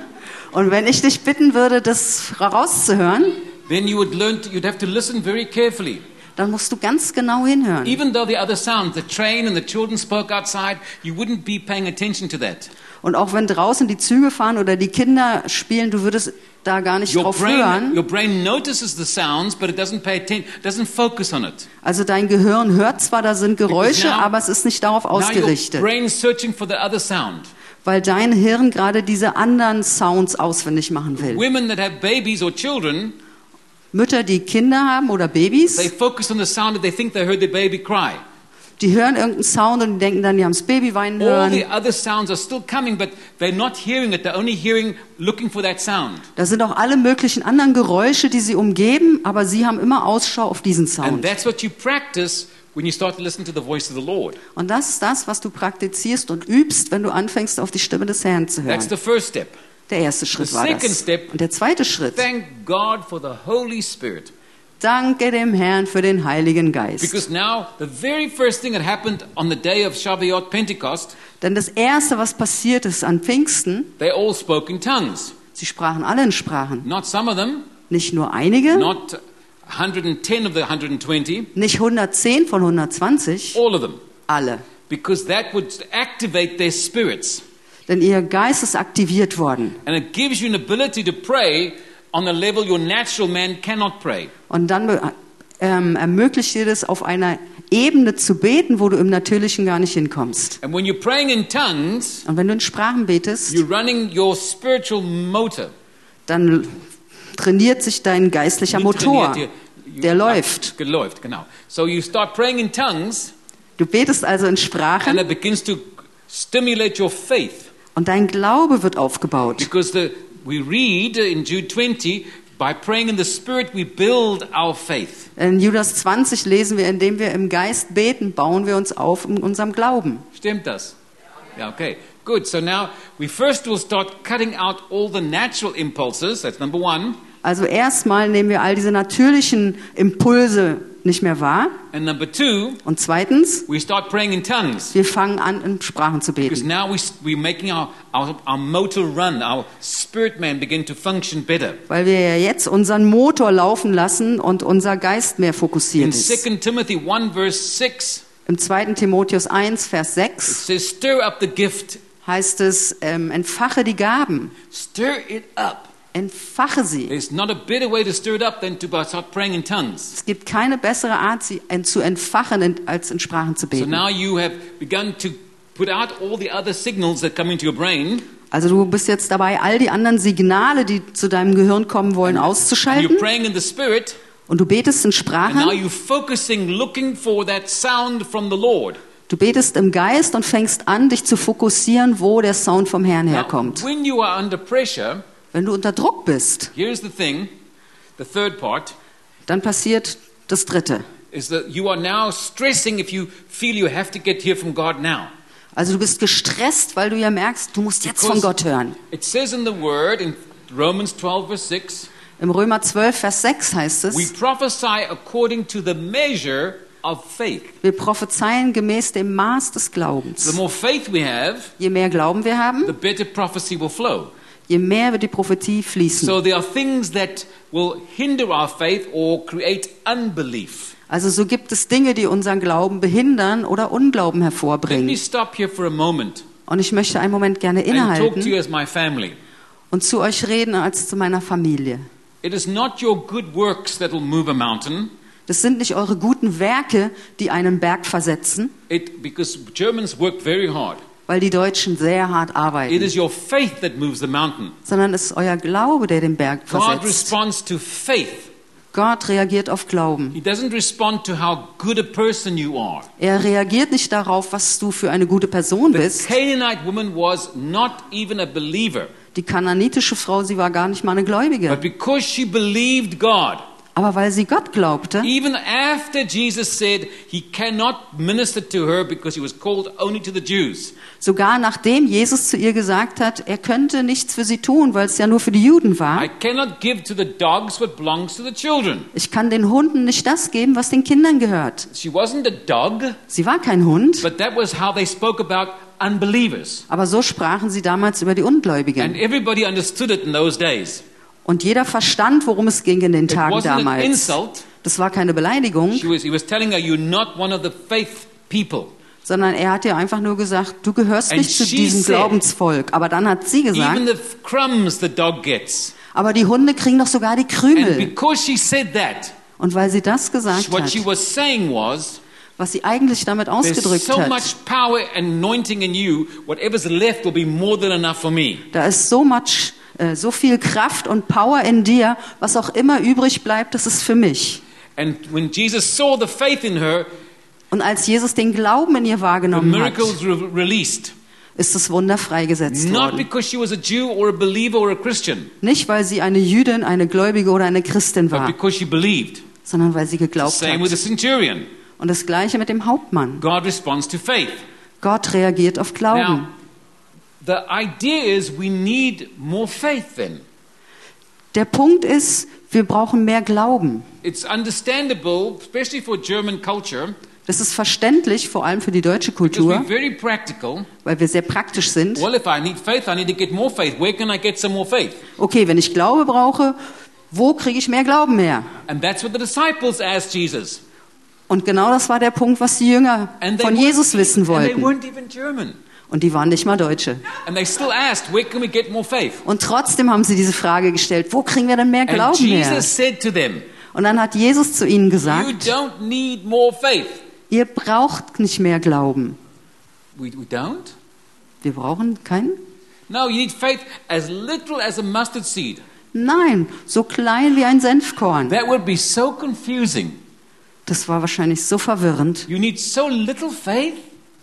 Speaker 2: Und wenn ich dich bitten würde, das herauszuhören,
Speaker 1: then you would learn. To, you'd have to listen very carefully,
Speaker 2: dann musst du ganz genau hinhören.
Speaker 1: even though the other sounds, the train and the children spoke outside, you wouldn't be paying attention to that.
Speaker 2: Und auch wenn draußen die Züge fahren oder die Kinder spielen, du würdest da gar nicht
Speaker 1: Your
Speaker 2: drauf
Speaker 1: brain,
Speaker 2: hören.
Speaker 1: your brain notices the sounds, but it doesn't pay attention, doesn't focus on it.
Speaker 2: Also dein Gehirn hört zwar, da sind Geräusche,
Speaker 1: Because now-
Speaker 2: aber es ist nicht darauf
Speaker 1: Now your
Speaker 2: ausgerichtet,
Speaker 1: brain's searching for the other sound.
Speaker 2: weil dein Hirn gerade diese anderen Sounds auswendig machen will.
Speaker 1: Women that have babies or children,
Speaker 2: Mütter, die Kinder haben oder
Speaker 1: They
Speaker 2: Babys,
Speaker 1: focus on the sound that they think they heard their baby cry.
Speaker 2: die hören irgendeinen Sound und denken dann, die haben das Baby weinen
Speaker 1: All
Speaker 2: hören.
Speaker 1: the other sounds are still coming, but they're not hearing it. They're only hearing, looking for that sound.
Speaker 2: Da sind auch alle möglichen anderen Geräusche, die sie umgeben, aber sie haben immer Ausschau auf diesen
Speaker 1: And
Speaker 2: Sound.
Speaker 1: that's what you practice when you start to listen to the voice of the Lord.
Speaker 2: Und das ist das, was du praktizierst und übst, wenn du anfängst, auf die Stimme des Herrn zu hören.
Speaker 1: That's the first step.
Speaker 2: Der erste Schritt
Speaker 1: The
Speaker 2: war
Speaker 1: second
Speaker 2: das.
Speaker 1: step-
Speaker 2: Und der zweite Schritt.
Speaker 1: Thank God for the Holy Spirit.
Speaker 2: Danke dem Herrn für den Heiligen Geist.
Speaker 1: Because now, the very first thing that happened on the day of Shavuot Pentecost,
Speaker 2: Denn das erste, was passiert ist an Pfingsten,
Speaker 1: they all spoke in tongues.
Speaker 2: sie sprachen alle in Sprachen.
Speaker 1: Not some of them,
Speaker 2: Nicht nur einige,
Speaker 1: not 110 of the 120,
Speaker 2: nicht 110 von 120,
Speaker 1: all of them.
Speaker 2: alle.
Speaker 1: Because that would activate their spirits.
Speaker 2: Denn ihr Geist ist aktiviert worden.
Speaker 1: And it gives you an ability to pray on a level your natural man cannot pray.
Speaker 2: Und dann be- ähm, ermöglicht dir das, auf einer Ebene zu beten, wo du im Natürlichen gar nicht hinkommst.
Speaker 1: And when you're praying in tongues,
Speaker 2: Und wenn du in Sprachen betest,
Speaker 1: you're running your spiritual motor.
Speaker 2: dann trainiert sich dein geistlicher Motor,
Speaker 1: Trainiert ihr-
Speaker 2: der
Speaker 1: you-
Speaker 2: läuft.
Speaker 1: Läuft, genau. So you start praying in tongues
Speaker 2: Du betest also in Sprachen
Speaker 1: and it begins to stimulate your faith.
Speaker 2: Und dein Glaube wird aufgebaut.
Speaker 1: Because the, we read in Jude 20, by praying in the spirit we build our faith.
Speaker 2: In Judas 20 lesen wir, indem wir im Geist beten, bauen wir uns auf in unserem Glauben.
Speaker 1: Stimmt das? Yeah, okay. Good. So now we first will start cutting out all the natural impulses. That's number one.
Speaker 2: Also erstmal nehmen wir all diese natürlichen Impulse nicht mehr wahr.
Speaker 1: And number two,
Speaker 2: Und zweitens,
Speaker 1: we start praying in tongues.
Speaker 2: wir fangen an, in Sprachen zu
Speaker 1: Because
Speaker 2: beten.
Speaker 1: now we, we're making our, our, our motor run, our spirit man begin to function better.
Speaker 2: Weil wir ja jetzt unseren Motor laufen lassen und unser Geist mehr fokussiert
Speaker 1: In
Speaker 2: ist.
Speaker 1: 2 Timothy 1, verse 6,
Speaker 2: Im 2. Timotheus 1, Vers
Speaker 1: it
Speaker 2: 6
Speaker 1: says, Stir up the gift,
Speaker 2: heißt es, ähm, entfache die Gaben,
Speaker 1: stir it up.
Speaker 2: entfache sie.
Speaker 1: There's not a better way to stir it up than to start praying in tongues.
Speaker 2: Es gibt keine bessere Art, sie en- zu entfachen, in- als in Sprachen zu
Speaker 1: So
Speaker 2: beten.
Speaker 1: now you have begun to put out all the other signals that come into your brain.
Speaker 2: Also du bist jetzt dabei, all die anderen Signale, die zu deinem Gehirn kommen wollen,
Speaker 1: And
Speaker 2: auszuschalten.
Speaker 1: you're praying in the spirit,
Speaker 2: Und du betest in
Speaker 1: and now
Speaker 2: Sprachen,
Speaker 1: you're focusing, looking for that sound from the Lord.
Speaker 2: du betest im Geist und fängst an, dich zu fokussieren, wo der Sound vom Herrn
Speaker 1: Now,
Speaker 2: herkommt.
Speaker 1: when you are under pressure,
Speaker 2: Wenn du unter Druck bist,
Speaker 1: here's the thing, the third part
Speaker 2: dann passiert das Dritte.
Speaker 1: is that you are now stressing if you feel you have to get here from God now.
Speaker 2: Also du bist gestresst, weil du ja merkst, du musst jetzt von
Speaker 1: Because
Speaker 2: Gott hören.
Speaker 1: It says in the word in Romans 12 verse 6,
Speaker 2: Im Römer 12, Vers 6 heißt
Speaker 1: we
Speaker 2: es,
Speaker 1: prophesy according to the measure of faith.
Speaker 2: wir prophezeien gemäß dem Maß des
Speaker 1: The
Speaker 2: Glaubens.
Speaker 1: more faith we have,
Speaker 2: Je mehr Glauben wir haben,
Speaker 1: the better prophecy will flow.
Speaker 2: je mehr wird die Prophetie fließen.
Speaker 1: So there are things that will hinder our faith or create unbelief.
Speaker 2: Also so gibt es Dinge, die unseren Glauben behindern oder Unglauben
Speaker 1: Let me
Speaker 2: hervorbringen.
Speaker 1: stop here for a moment
Speaker 2: Und ich möchte einen Moment gerne
Speaker 1: and talk to you
Speaker 2: innehalten
Speaker 1: as my family.
Speaker 2: und zu euch reden als zu meiner Familie.
Speaker 1: It is not your good works that will move a mountain.
Speaker 2: Das sind nicht eure guten Werke, die einen Berg versetzen,
Speaker 1: It, because Germans work very hard.
Speaker 2: weil die Deutschen sehr hart
Speaker 1: It
Speaker 2: arbeiten,
Speaker 1: is your faith that moves the mountain.
Speaker 2: sondern es ist euer Glaube, der den Berg
Speaker 1: God
Speaker 2: versetzt.
Speaker 1: responds to faith.
Speaker 2: Gott reagiert auf Glauben.
Speaker 1: He doesn't respond to how good a person you are.
Speaker 2: Er reagiert nicht darauf, was du für eine gute Person
Speaker 1: The
Speaker 2: bist.
Speaker 1: Canaanite woman was not even a believer,
Speaker 2: Die kananitische Frau, sie war gar nicht mal eine Gläubige.
Speaker 1: but because she believed God,
Speaker 2: Aber weil sie Gott glaubte,
Speaker 1: Even after Jesus said he cannot minister to her because he was called only to the Jews,
Speaker 2: sogar nachdem Jesus zu ihr gesagt hat, er könnte nichts für sie tun, weil es ja nur für die Juden
Speaker 1: I
Speaker 2: war.
Speaker 1: cannot give to the dogs what belongs to the children.
Speaker 2: Ich kann den Hunden nicht das geben, was den Kindern gehört.
Speaker 1: She wasn't a dog,
Speaker 2: Sie war kein Hund,
Speaker 1: but that was how they spoke about unbelievers.
Speaker 2: aber so sprachen sie damals über die
Speaker 1: And
Speaker 2: Ungläubigen.
Speaker 1: everybody understood it in those days.
Speaker 2: Und jeder verstand, worum es ging in den
Speaker 1: It
Speaker 2: Tagen Hmm?
Speaker 1: wasn't an
Speaker 2: damals.
Speaker 1: insult.
Speaker 2: Das war keine Beleidigung,
Speaker 1: She was, he was telling her, You're not one of the faith people.
Speaker 2: sondern er hat ihr einfach nur gesagt, du gehörst
Speaker 1: And
Speaker 2: nicht zu
Speaker 1: she
Speaker 2: diesem
Speaker 1: said-
Speaker 2: Glaubensvolk. Aber dann hat sie gesagt,
Speaker 1: Even the f- crumbs the dog gets.
Speaker 2: Aber die Hunde kriegen doch sogar die
Speaker 1: And
Speaker 2: Krümel.
Speaker 1: because she said that,
Speaker 2: Und weil sie das gesagt
Speaker 1: what
Speaker 2: hat,
Speaker 1: she was saying was,
Speaker 2: was sie eigentlich damit
Speaker 1: There's
Speaker 2: ausgedrückt
Speaker 1: so
Speaker 2: hat,
Speaker 1: much power and anointing in you. Whatever's left will be more than enough for me.
Speaker 2: da ist so much, äh, so viel Kraft und Power in dir, was auch immer übrig bleibt, das ist für mich.
Speaker 1: And when Jesus saw the faith in her,
Speaker 2: Und als Jesus den Glauben in ihr
Speaker 1: the
Speaker 2: wahrgenommen hat,
Speaker 1: miracles were released.
Speaker 2: ist das Wunder freigesetzt
Speaker 1: Not
Speaker 2: worden.
Speaker 1: because she was a Jew or a believer or a Christian,
Speaker 2: Nicht, weil sie eine Jüdin, eine Gläubige oder eine Christin
Speaker 1: but
Speaker 2: war,
Speaker 1: because she believed.
Speaker 2: sondern weil sie geglaubt
Speaker 1: Same with the
Speaker 2: hat.
Speaker 1: centurion.
Speaker 2: Und das Gleiche mit dem Hauptmann.
Speaker 1: God responds to faith.
Speaker 2: Gott reagiert auf Glauben.
Speaker 1: Now, the idea is we need more faith then.
Speaker 2: Der Punkt ist, wir brauchen mehr Glauben.
Speaker 1: It's understandable, especially for German culture,
Speaker 2: Das ist verständlich, vor allem für die deutsche
Speaker 1: because we're
Speaker 2: Kultur,
Speaker 1: very practical.
Speaker 2: weil wir sehr praktisch sind.
Speaker 1: Well, if I need faith, I need to get more faith. Where can I get some more faith?
Speaker 2: Okay, wenn ich Glaube brauche, wo kriege ich mehr Glauben her?
Speaker 1: And that's what the disciples asked Jesus.
Speaker 2: Und genau das war der Punkt, was die Jünger
Speaker 1: And they
Speaker 2: von
Speaker 1: weren't-
Speaker 2: Jesus wissen
Speaker 1: And they
Speaker 2: wollten.
Speaker 1: weren't even German.
Speaker 2: Und die waren nicht mal Deutsche.
Speaker 1: And they still asked, where can we get more faith?
Speaker 2: Und trotzdem haben sie diese Frage gestellt, wo kriegen wir denn mehr
Speaker 1: And
Speaker 2: Glauben her?
Speaker 1: Jesus said to them,
Speaker 2: Und dann hat Jesus zu ihnen
Speaker 1: you
Speaker 2: gesagt,
Speaker 1: don't need more faith.
Speaker 2: ihr braucht nicht mehr Glauben.
Speaker 1: We, we don't?
Speaker 2: Wir brauchen keinen?
Speaker 1: No, you need faith as little as a mustard seed.
Speaker 2: Nein, so klein wie ein Senfkorn.
Speaker 1: That would be so confusing.
Speaker 2: Das war wahrscheinlich so verwirrend.
Speaker 1: You need so little faith?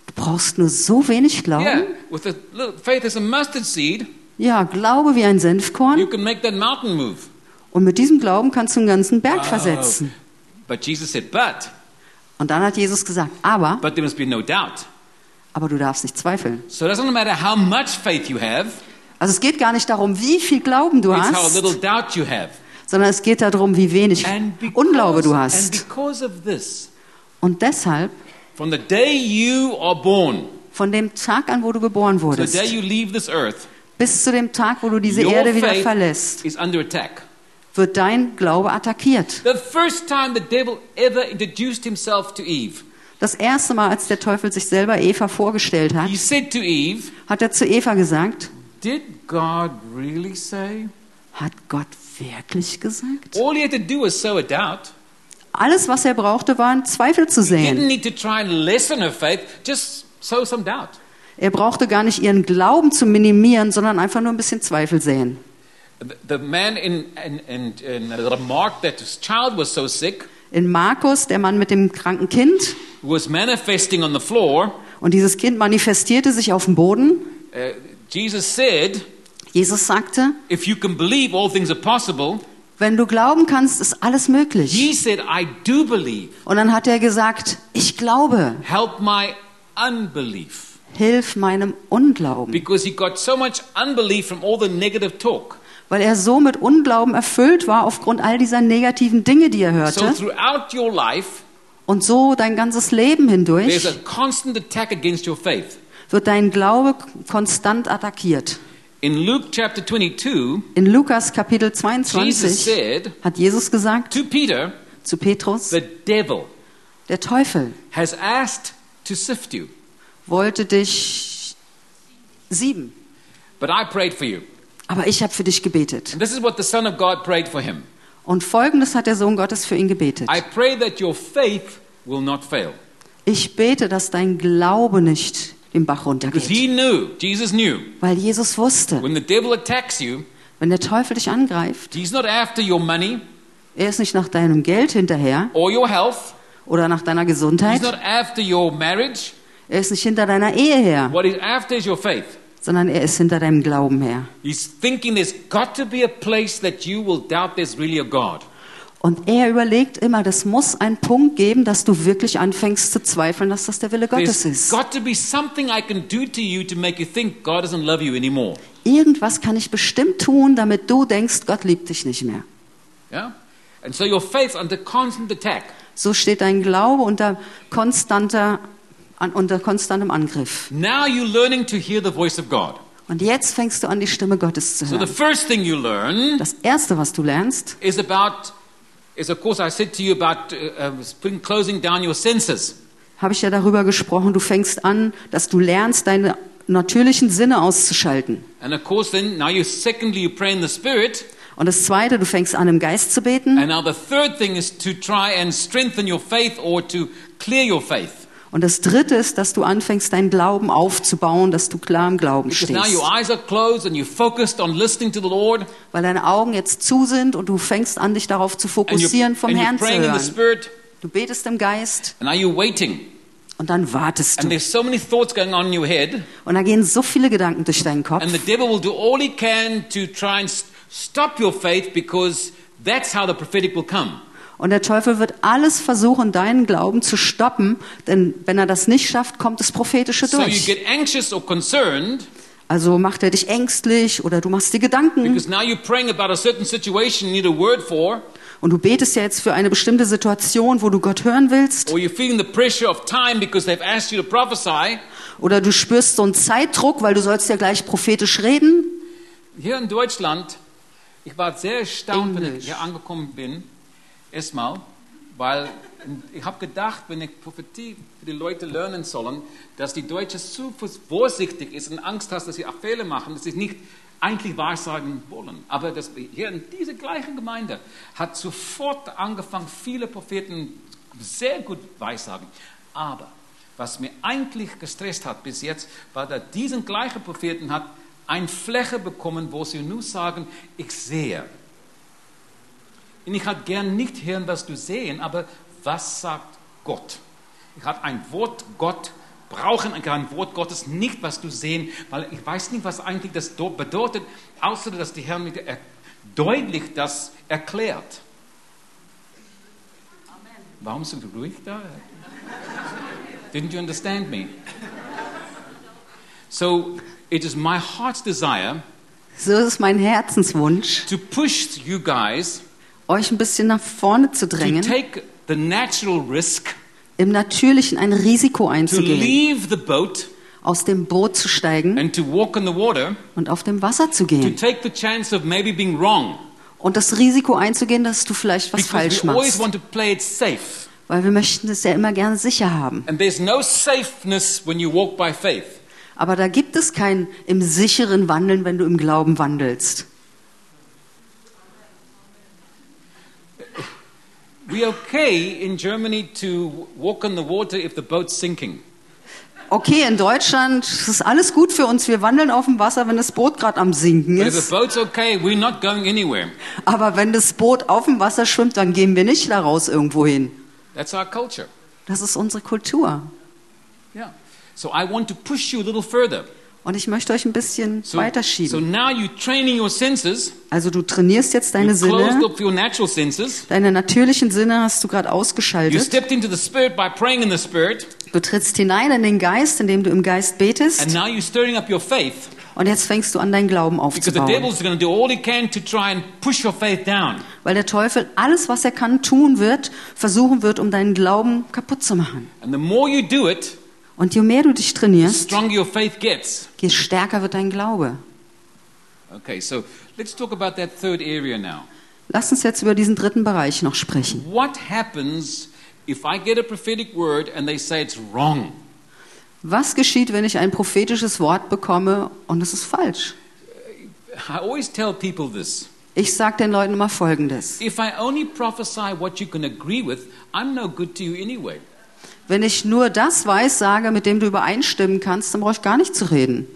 Speaker 2: Du brauchst nur so wenig
Speaker 1: Yeah,
Speaker 2: Glauben?
Speaker 1: with a little faith as a mustard seed,
Speaker 2: Ja, Glaube wie ein Senfkorn.
Speaker 1: you can make that mountain move. Oh.
Speaker 2: Und mit diesem Glauben kannst du den ganzen Berg versetzen.
Speaker 1: But Jesus said, but,
Speaker 2: Und dann hat Jesus gesagt, aber,
Speaker 1: but there must be no doubt.
Speaker 2: aber du darfst nicht zweifeln.
Speaker 1: So it doesn't matter how much faith you have,
Speaker 2: Also es geht gar nicht darum, wie viel Glauben du
Speaker 1: it's how
Speaker 2: hast,
Speaker 1: little doubt you have.
Speaker 2: sondern es geht darum, wie wenig
Speaker 1: And because,
Speaker 2: Unglaube du
Speaker 1: and
Speaker 2: hast.
Speaker 1: because of this,
Speaker 2: Und deshalb,
Speaker 1: from the day you are born,
Speaker 2: von dem Tag an, wo du geboren
Speaker 1: to the day
Speaker 2: wurdest,
Speaker 1: you leave this earth,
Speaker 2: bis zu dem Tag, wo du diese
Speaker 1: your
Speaker 2: Erde wieder
Speaker 1: faith
Speaker 2: verlässt,
Speaker 1: is under attack.
Speaker 2: wird dein Glaube attackiert.
Speaker 1: The first time the devil ever introduced himself to Eve,
Speaker 2: Das erste Mal, als der Teufel sich selber Eva vorgestellt hat,
Speaker 1: he said to Eve,
Speaker 2: hat er zu Eva gesagt,
Speaker 1: Did God really say?
Speaker 2: hat Gott wirklich gesagt?
Speaker 1: All he had to do was sow a doubt.
Speaker 2: Alles, was er brauchte, war ein Zweifel zu
Speaker 1: He
Speaker 2: säen.
Speaker 1: didn't need to try and lessen her faith, just sow some doubt.
Speaker 2: Er brauchte gar nicht ihren Glauben zu minimieren, sondern einfach nur ein bisschen Zweifel säen.
Speaker 1: The the man in, in, in, in remarked that his child was so sick,
Speaker 2: In Markus, der Mann mit dem kranken Kind,
Speaker 1: was manifesting on the floor.
Speaker 2: und dieses Kind manifestierte sich auf dem Boden.
Speaker 1: Uh, Jesus said,
Speaker 2: Jesus sagte,
Speaker 1: If you can believe, all things are possible.
Speaker 2: wenn du glauben kannst, ist alles möglich.
Speaker 1: He said, I do believe.
Speaker 2: Und dann hat er gesagt, ich glaube,
Speaker 1: Help my unbelief.
Speaker 2: hilf meinem Unglauben.
Speaker 1: Because he got so much unbelief from all the negative talk.
Speaker 2: Weil er so mit Unglauben erfüllt war aufgrund all dieser negativen Dinge, die er
Speaker 1: So
Speaker 2: hörte.
Speaker 1: throughout your life,
Speaker 2: Und so dein ganzes
Speaker 1: there's
Speaker 2: Leben
Speaker 1: a
Speaker 2: hindurch
Speaker 1: constant attack against your faith.
Speaker 2: wird dein Glaube konstant attackiert.
Speaker 1: In Luke chapter 22,
Speaker 2: In Lukas Kapitel
Speaker 1: Jesus
Speaker 2: 22
Speaker 1: said
Speaker 2: hat Jesus gesagt
Speaker 1: to Peter,
Speaker 2: zu Petrus,
Speaker 1: The devil
Speaker 2: der Teufel
Speaker 1: has asked to sift you,
Speaker 2: wollte dich sieben,
Speaker 1: but I prayed for you.
Speaker 2: aber ich habe für dich gebetet.
Speaker 1: And this is what the Son of God prayed for him
Speaker 2: Und folgendes hat der Sohn Gottes für ihn gebetet.
Speaker 1: I pray that your faith will not fail.
Speaker 2: Ich bete, dass dein Glaube nicht den Bach
Speaker 1: Because
Speaker 2: runtergeht.
Speaker 1: he knew, Jesus knew,
Speaker 2: Weil Jesus wusste,
Speaker 1: when the devil attacks you,
Speaker 2: wenn der Teufel dich angreift,
Speaker 1: he's not after your money
Speaker 2: er ist nicht nach deinem Geld hinterher
Speaker 1: or your health,
Speaker 2: oder nach deiner
Speaker 1: he's
Speaker 2: Gesundheit,
Speaker 1: not after your marriage.
Speaker 2: er ist nicht hinter deiner Ehe her,
Speaker 1: What he's after is your faith.
Speaker 2: sondern er ist hinter deinem Glauben her.
Speaker 1: He's thinking there's got to be a place that you will doubt there's really a God.
Speaker 2: Und er überlegt immer, das muss einen Punkt geben, dass du wirklich anfängst zu zweifeln, dass das der Wille Gottes
Speaker 1: There's
Speaker 2: ist.
Speaker 1: got to be something I can do to you to make you think God doesn't love you anymore.
Speaker 2: Irgendwas kann ich bestimmt tun, damit du denkst, Gott liebt dich nicht mehr.
Speaker 1: Yeah? And so your faith's under constant attack.
Speaker 2: So steht dein Glaube unter, konstanter, an, unter konstantem Angriff.
Speaker 1: Now you're learning to hear the voice of God.
Speaker 2: Und jetzt fängst du an, die Stimme Gottes zu
Speaker 1: So the
Speaker 2: hören.
Speaker 1: first thing you learn
Speaker 2: Das Erste, was du lernst,
Speaker 1: is about, is of course I said to you about uh, uh, putting- closing down your senses.
Speaker 2: habe ich ja darüber gesprochen, du fängst an, dass du lernst, deine natürlichen Sinne auszuschalten.
Speaker 1: And of course then, now you secondly you pray in the Spirit.
Speaker 2: Und das Zweite, du fängst an, im Geist zu beten.
Speaker 1: And now the third thing is to try and strengthen your faith or to clear your faith.
Speaker 2: Und das Dritte ist, dass du anfängst, deinen Glauben aufzubauen, dass du klar im Glauben
Speaker 1: Because now
Speaker 2: stehst.
Speaker 1: your eyes are closed and you're focused on listening to the Lord.
Speaker 2: Weil deine Augen jetzt zu sind und du fängst an, dich darauf zu
Speaker 1: And you're,
Speaker 2: fokussieren, vom
Speaker 1: and you're
Speaker 2: Herrn zu
Speaker 1: praying in the
Speaker 2: hören.
Speaker 1: Spirit.
Speaker 2: Du betest im Geist
Speaker 1: And now you're waiting.
Speaker 2: und dann wartest
Speaker 1: And
Speaker 2: du.
Speaker 1: there's so many thoughts going on in your head.
Speaker 2: Und da gehen so viele Gedanken durch deinen Kopf.
Speaker 1: And the devil will do all he can to try and st- stop your faith because that's how the prophetic will come.
Speaker 2: Und der Teufel wird alles versuchen, deinen Glauben zu stoppen, denn wenn er das nicht schafft, kommt das Prophetische
Speaker 1: So you
Speaker 2: durch.
Speaker 1: get anxious or concerned
Speaker 2: Also macht er dich ängstlich oder du machst dir Gedanken
Speaker 1: because now you're praying about a certain situation you need a word for,
Speaker 2: und du betest ja jetzt für eine bestimmte Situation, wo du Gott hören willst
Speaker 1: or you're feeling the pressure of time because they've asked you to prophesy.
Speaker 2: oder du spürst so einen Zeitdruck, weil du sollst ja gleich prophetisch reden.
Speaker 1: Hier in Deutschland, ich war sehr erstaunt, wenn ich
Speaker 2: Englisch.
Speaker 1: hier angekommen bin, erstmal, weil ich habe gedacht, wenn ich Prophetie für die Leute lernen sollen, dass die Deutschen zu vorsichtig ist und Angst hat, dass sie auch Fehler machen, dass sie nicht eigentlich wahrsagen wollen. Aber das, hier in dieser gleichen Gemeinde hat sofort angefangen, viele Propheten sehr gut weissagen. Aber was mir eigentlich gestresst hat bis jetzt, war, dass diesen gleichen Propheten hat eine Fläche bekommen, wo sie nur sagen, ich sehe. Und ich hatte gern nicht hören, was du sehen, aber was sagt Gott? Ich hatte ein Wort Gott brauchen, ein Wort Gottes, nicht was du sehen, weil ich weiß nicht, was eigentlich das dort bedeutet, außer dass die Herr mir er- deutlich das erklärt. Warum sind du ruhig da? Didn't you understand me? So it is my heart's desire
Speaker 2: So ist es mein Herzenswunsch,
Speaker 1: to push you guys
Speaker 2: euch ein bisschen nach vorne zu
Speaker 1: to
Speaker 2: drängen,
Speaker 1: take the natural risk
Speaker 2: im Natürlichen ein Risiko
Speaker 1: to
Speaker 2: einzugehen,
Speaker 1: leave the boat
Speaker 2: aus dem Boot zu steigen
Speaker 1: and to walk in the water,
Speaker 2: und auf dem Wasser zu
Speaker 1: to
Speaker 2: gehen
Speaker 1: take the chance of maybe being wrong.
Speaker 2: und das Risiko einzugehen, dass du vielleicht was
Speaker 1: Because
Speaker 2: falsch
Speaker 1: we always
Speaker 2: machst,
Speaker 1: want to play it safe.
Speaker 2: weil wir möchten es ja immer gerne sicher haben.
Speaker 1: And there's no safeness when you walk by faith.
Speaker 2: Aber da gibt es kein im sicheren Wandeln, wenn du im Glauben wandelst.
Speaker 1: We're okay in Germany to walk in the water if the boat's sinking.
Speaker 2: Okay, in Deutschland es ist alles gut für uns. Wir wandeln auf dem Wasser, wenn das Boot gerade am Sinken
Speaker 1: But if the
Speaker 2: ist.
Speaker 1: boat's okay, we're not going anywhere.
Speaker 2: Aber wenn das Boot auf dem Wasser schwimmt, dann gehen wir nicht da raus irgendwo hin.
Speaker 1: That's our culture.
Speaker 2: Das ist unsere Kultur.
Speaker 1: Yeah. So I want to push you a little further.
Speaker 2: Und ich möchte euch ein bisschen
Speaker 1: So, so
Speaker 2: weiterschieben.
Speaker 1: now you're training your senses.
Speaker 2: also du trainierst jetzt deine
Speaker 1: You've closed
Speaker 2: Sinne.
Speaker 1: up your natural senses.
Speaker 2: Deine natürlichen Sinne hast du gerade
Speaker 1: You
Speaker 2: ausgeschaltet.
Speaker 1: stepped into the spirit by praying in the spirit,
Speaker 2: Du trittst hinein in den Geist, indem du im Geist
Speaker 1: and
Speaker 2: betest.
Speaker 1: now you're stirring up your faith
Speaker 2: Und jetzt fängst du an, deinen Glauben
Speaker 1: because the
Speaker 2: aufzubauen.
Speaker 1: devil's going to do all he can to try and push your faith down.
Speaker 2: Weil der Teufel alles, was er kann, tun wird, versuchen wird, um deinen Glauben kaputt zu machen.
Speaker 1: And the more you do it,
Speaker 2: Und je mehr du dich
Speaker 1: the
Speaker 2: trainierst,
Speaker 1: stronger your faith gets.
Speaker 2: je stärker wird dein Glaube.
Speaker 1: Okay, so let's talk about that third area now.
Speaker 2: Lass uns jetzt über diesen dritten Bereich noch sprechen.
Speaker 1: What happens if I get a prophetic word and they say it's wrong?
Speaker 2: Was geschieht, wenn ich ein prophetisches Wort bekomme und es ist falsch?
Speaker 1: I always tell people this.
Speaker 2: Ich sage den Leuten immer Folgendes.
Speaker 1: If I only prophesy what you can agree with, I'm no good to you anyway.
Speaker 2: Wenn ich nur das weiß, sage, mit dem du übereinstimmen kannst, dann brauche ich gar nicht zu reden.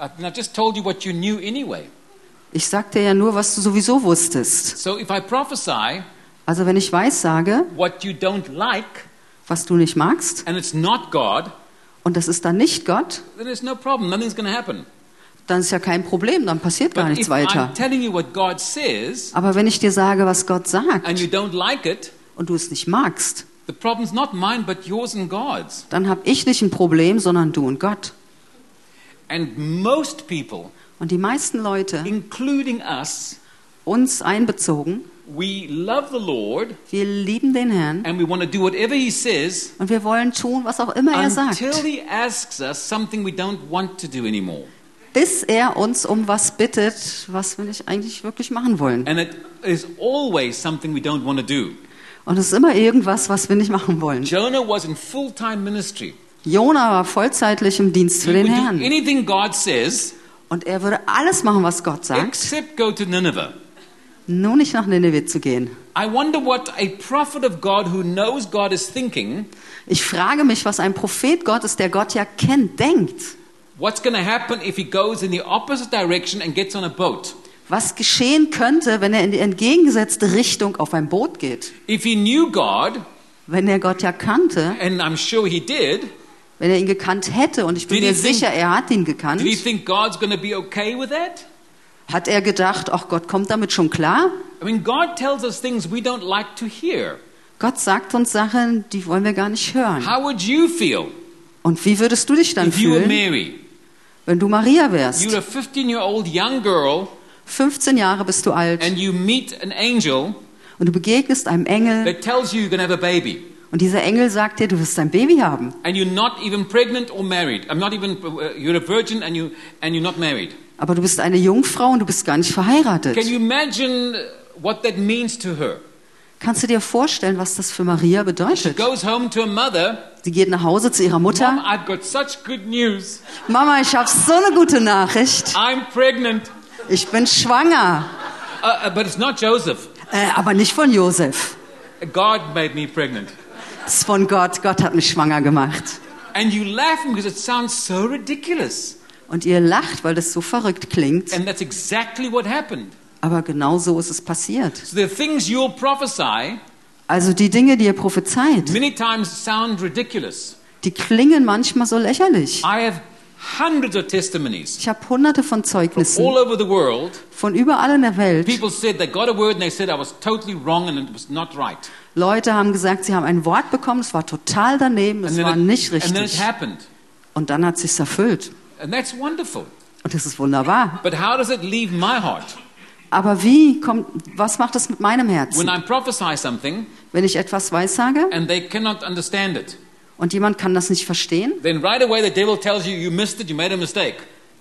Speaker 1: I I just told you what you knew anyway.
Speaker 2: Ich sag dir ja nur, was du sowieso wusstest.
Speaker 1: So if I prophesy
Speaker 2: Also wenn ich weiß, sage,
Speaker 1: what you don't like
Speaker 2: was du nicht magst,
Speaker 1: and it's not God,
Speaker 2: und das ist dann nicht Gott,
Speaker 1: then there's no problem. Nothing's going to happen.
Speaker 2: dann ist ja kein Problem, dann passiert gar
Speaker 1: But if
Speaker 2: nichts weiter.
Speaker 1: I'm telling you what God says
Speaker 2: Aber wenn ich dir sage, was Gott
Speaker 1: and
Speaker 2: sagt
Speaker 1: you don't like it,
Speaker 2: und du es nicht magst,
Speaker 1: the problem's not mine but yours and God's.
Speaker 2: dann habe ich nicht ein Problem, sondern du und Gott.
Speaker 1: And most people,
Speaker 2: Und die meisten Leute,
Speaker 1: including us,
Speaker 2: uns einbezogen,
Speaker 1: we love the Lord
Speaker 2: wir lieben den Herrn
Speaker 1: and we want to do whatever He says
Speaker 2: und wir wollen tun, was auch immer er sagt,
Speaker 1: until He asks us something we don't want to do anymore.
Speaker 2: bis er uns um was bittet, was wir nicht eigentlich wirklich machen wollen.
Speaker 1: And it is always something we don't want to do.
Speaker 2: Und es ist immer irgendwas, was wir nicht machen wollen.
Speaker 1: Jonah was in full time ministry.
Speaker 2: Jona war vollzeitlich im Dienst für
Speaker 1: He
Speaker 2: den
Speaker 1: would do
Speaker 2: Herrn.
Speaker 1: anything God says
Speaker 2: Und er würde alles machen, was Gott sagt,
Speaker 1: except go to Nineveh.
Speaker 2: nur nicht nach Nineveh zu gehen.
Speaker 1: I wonder what a prophet of God who knows God is thinking,
Speaker 2: Ich frage mich, was ein Prophet Gottes, der Gott ja kennt, denkt.
Speaker 1: what's going to happen if he goes in the opposite direction and gets on a boat?
Speaker 2: Was geschehen könnte, wenn er in die entgegengesetzte Richtung auf ein Boot geht.
Speaker 1: If he knew God,
Speaker 2: Wenn er Gott ja kannte,
Speaker 1: and I'm sure he did,
Speaker 2: wenn er ihn gekannt hätte, und ich bin
Speaker 1: Did he
Speaker 2: mir sicher, er hat ihn gekannt,
Speaker 1: did he think God's going to be okay with that?
Speaker 2: hat er gedacht, ach Gott kommt damit schon klar?
Speaker 1: I mean, God tells us things we don't like to hear.
Speaker 2: Gott sagt uns Sachen, die wollen wir gar nicht hören.
Speaker 1: How would you feel
Speaker 2: Und wie würdest du dich dann
Speaker 1: if you were
Speaker 2: fühlen,
Speaker 1: Mary?
Speaker 2: wenn du Maria
Speaker 1: You're
Speaker 2: wärst?
Speaker 1: a 15 year old young girl
Speaker 2: 15 Jahre bist du alt
Speaker 1: and you meet an angel
Speaker 2: und du begegnest einem Engel
Speaker 1: that tells you you're going to have a baby.
Speaker 2: und dieser Engel sagt dir, du wirst ein Baby haben,
Speaker 1: And you're not even pregnant or married. I'm not even, uh, you're a virgin and, you, and you're not married.
Speaker 2: aber du bist eine Jungfrau und du bist gar nicht verheiratet.
Speaker 1: Can you imagine what that means to her?
Speaker 2: Kannst du dir vorstellen, was das für Maria bedeutet?
Speaker 1: Goes home to her mother.
Speaker 2: Sie geht nach Hause zu ihrer
Speaker 1: Mom,
Speaker 2: Mutter.
Speaker 1: I've got such good news.
Speaker 2: Mama, ich habe so eine gute Nachricht.
Speaker 1: I'm pregnant.
Speaker 2: Ich bin schwanger.
Speaker 1: Uh, uh, but it's not Joseph.
Speaker 2: Äh, aber nicht von Josef.
Speaker 1: God made me pregnant.
Speaker 2: Das ist von Gott. Gott hat mich schwanger gemacht.
Speaker 1: And you laugh because it sounds so ridiculous.
Speaker 2: Und ihr lacht, weil das so verrückt klingt.
Speaker 1: And that's exactly what happened.
Speaker 2: Aber genau so ist es passiert.
Speaker 1: So the things you'll prophesy
Speaker 2: Also die Dinge, die ihr prophezeit,
Speaker 1: many times sound ridiculous.
Speaker 2: die klingen manchmal so lächerlich.
Speaker 1: I have hundreds of testimonies
Speaker 2: Ich habe hunderte von
Speaker 1: all
Speaker 2: Zeugnissen
Speaker 1: over the world.
Speaker 2: von überall in der Welt.
Speaker 1: People said they got a word and they said I was totally wrong and it was not right.
Speaker 2: Leute haben gesagt, sie haben ein Wort bekommen, es war total daneben, es
Speaker 1: and,
Speaker 2: war
Speaker 1: then it,
Speaker 2: nicht
Speaker 1: and then it
Speaker 2: richtig.
Speaker 1: happened.
Speaker 2: Und dann hat es sich erfüllt.
Speaker 1: And that's wonderful.
Speaker 2: Und das ist wunderbar.
Speaker 1: But how does it leave my heart?
Speaker 2: Aber wie kommt, was macht das mit meinem Herzen?
Speaker 1: When I prophesy something
Speaker 2: Wenn ich etwas weissage
Speaker 1: and they cannot understand it,
Speaker 2: und jemand kann das nicht verstehen,
Speaker 1: then right away the devil tells you, you missed it, you made a mistake.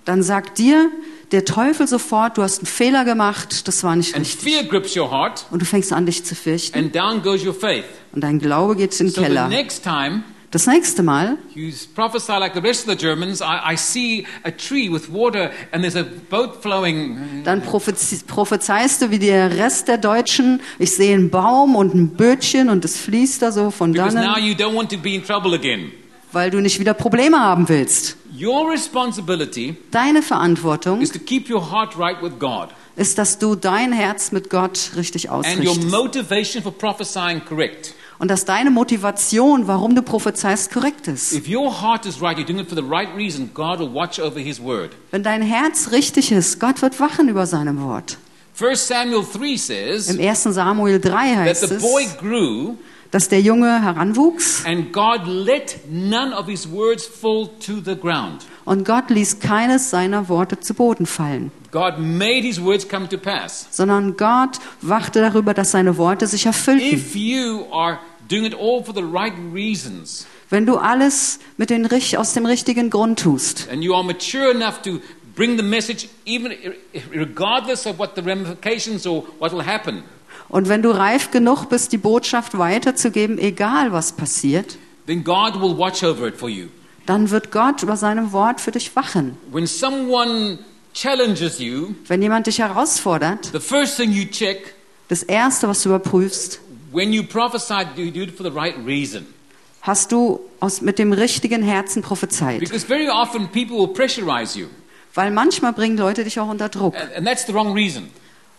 Speaker 2: dann sagt dir der Teufel sofort, du hast einen Fehler gemacht, das war nicht
Speaker 1: And
Speaker 2: richtig.
Speaker 1: fear grips your heart,
Speaker 2: Und du fängst an, dich zu fürchten
Speaker 1: and down goes your faith.
Speaker 2: und dein Glaube geht in den
Speaker 1: So the
Speaker 2: Keller.
Speaker 1: next time
Speaker 2: Das nächste Mal
Speaker 1: you prophesy like the rest of the Germans, I, I see a tree with water and there's a boat flowing.
Speaker 2: Dann prophezi- prophezeist du wie der Rest der Deutschen, ich sehe einen Baum und ein Bötchen und es fließt da so von
Speaker 1: Because now
Speaker 2: dannen,
Speaker 1: you don't want to be in trouble again.
Speaker 2: weil du nicht wieder Probleme haben willst.
Speaker 1: Your responsibility
Speaker 2: Deine Verantwortung
Speaker 1: is to keep your heart right with God
Speaker 2: ist, dass du dein Herz mit Gott richtig
Speaker 1: and your
Speaker 2: ausrichtest
Speaker 1: motivation for prophesying correct.
Speaker 2: und dass deine Motivation, warum du prophezeist, korrekt ist.
Speaker 1: If your heart is right, you're doing it for the right reason, God will watch over his word.
Speaker 2: Wenn dein Herz richtig ist, Gott wird wachen über seinem Wort.
Speaker 1: 1 Samuel 3 says
Speaker 2: Im 1. Samuel 3
Speaker 1: that
Speaker 2: heißt
Speaker 1: the
Speaker 2: es,
Speaker 1: boy grew
Speaker 2: dass der Junge heranwuchs
Speaker 1: and God let none of his words fall to the ground.
Speaker 2: und Gott ließ keines seiner Worte zu Boden fallen.
Speaker 1: God made his words come to pass.
Speaker 2: sondern Gott wachte darüber, dass seine Worte sich erfüllten.
Speaker 1: If you are doing it all for the right reasons
Speaker 2: Wenn du alles mit den, richt- aus dem richtigen Grund tust
Speaker 1: and you are mature enough to bring the message even regardless of what the ramifications or what will happen,
Speaker 2: und wenn du reif genug bist, die Botschaft weiterzugeben, egal was passiert,
Speaker 1: then God will watch over it for you.
Speaker 2: dann wird Gott über seinem Wort für dich wachen.
Speaker 1: When someone challenges you,
Speaker 2: Wenn jemand dich herausfordert,
Speaker 1: the first thing you check
Speaker 2: das Erste, was du überprüfst,
Speaker 1: when you prophesied, you do it for the right reason.
Speaker 2: hast du aus, mit dem richtigen Herzen prophezeit.
Speaker 1: Because very often people will pressurize you,
Speaker 2: Weil manchmal bringen Leute dich auch unter Druck.
Speaker 1: and, and that's the wrong reason.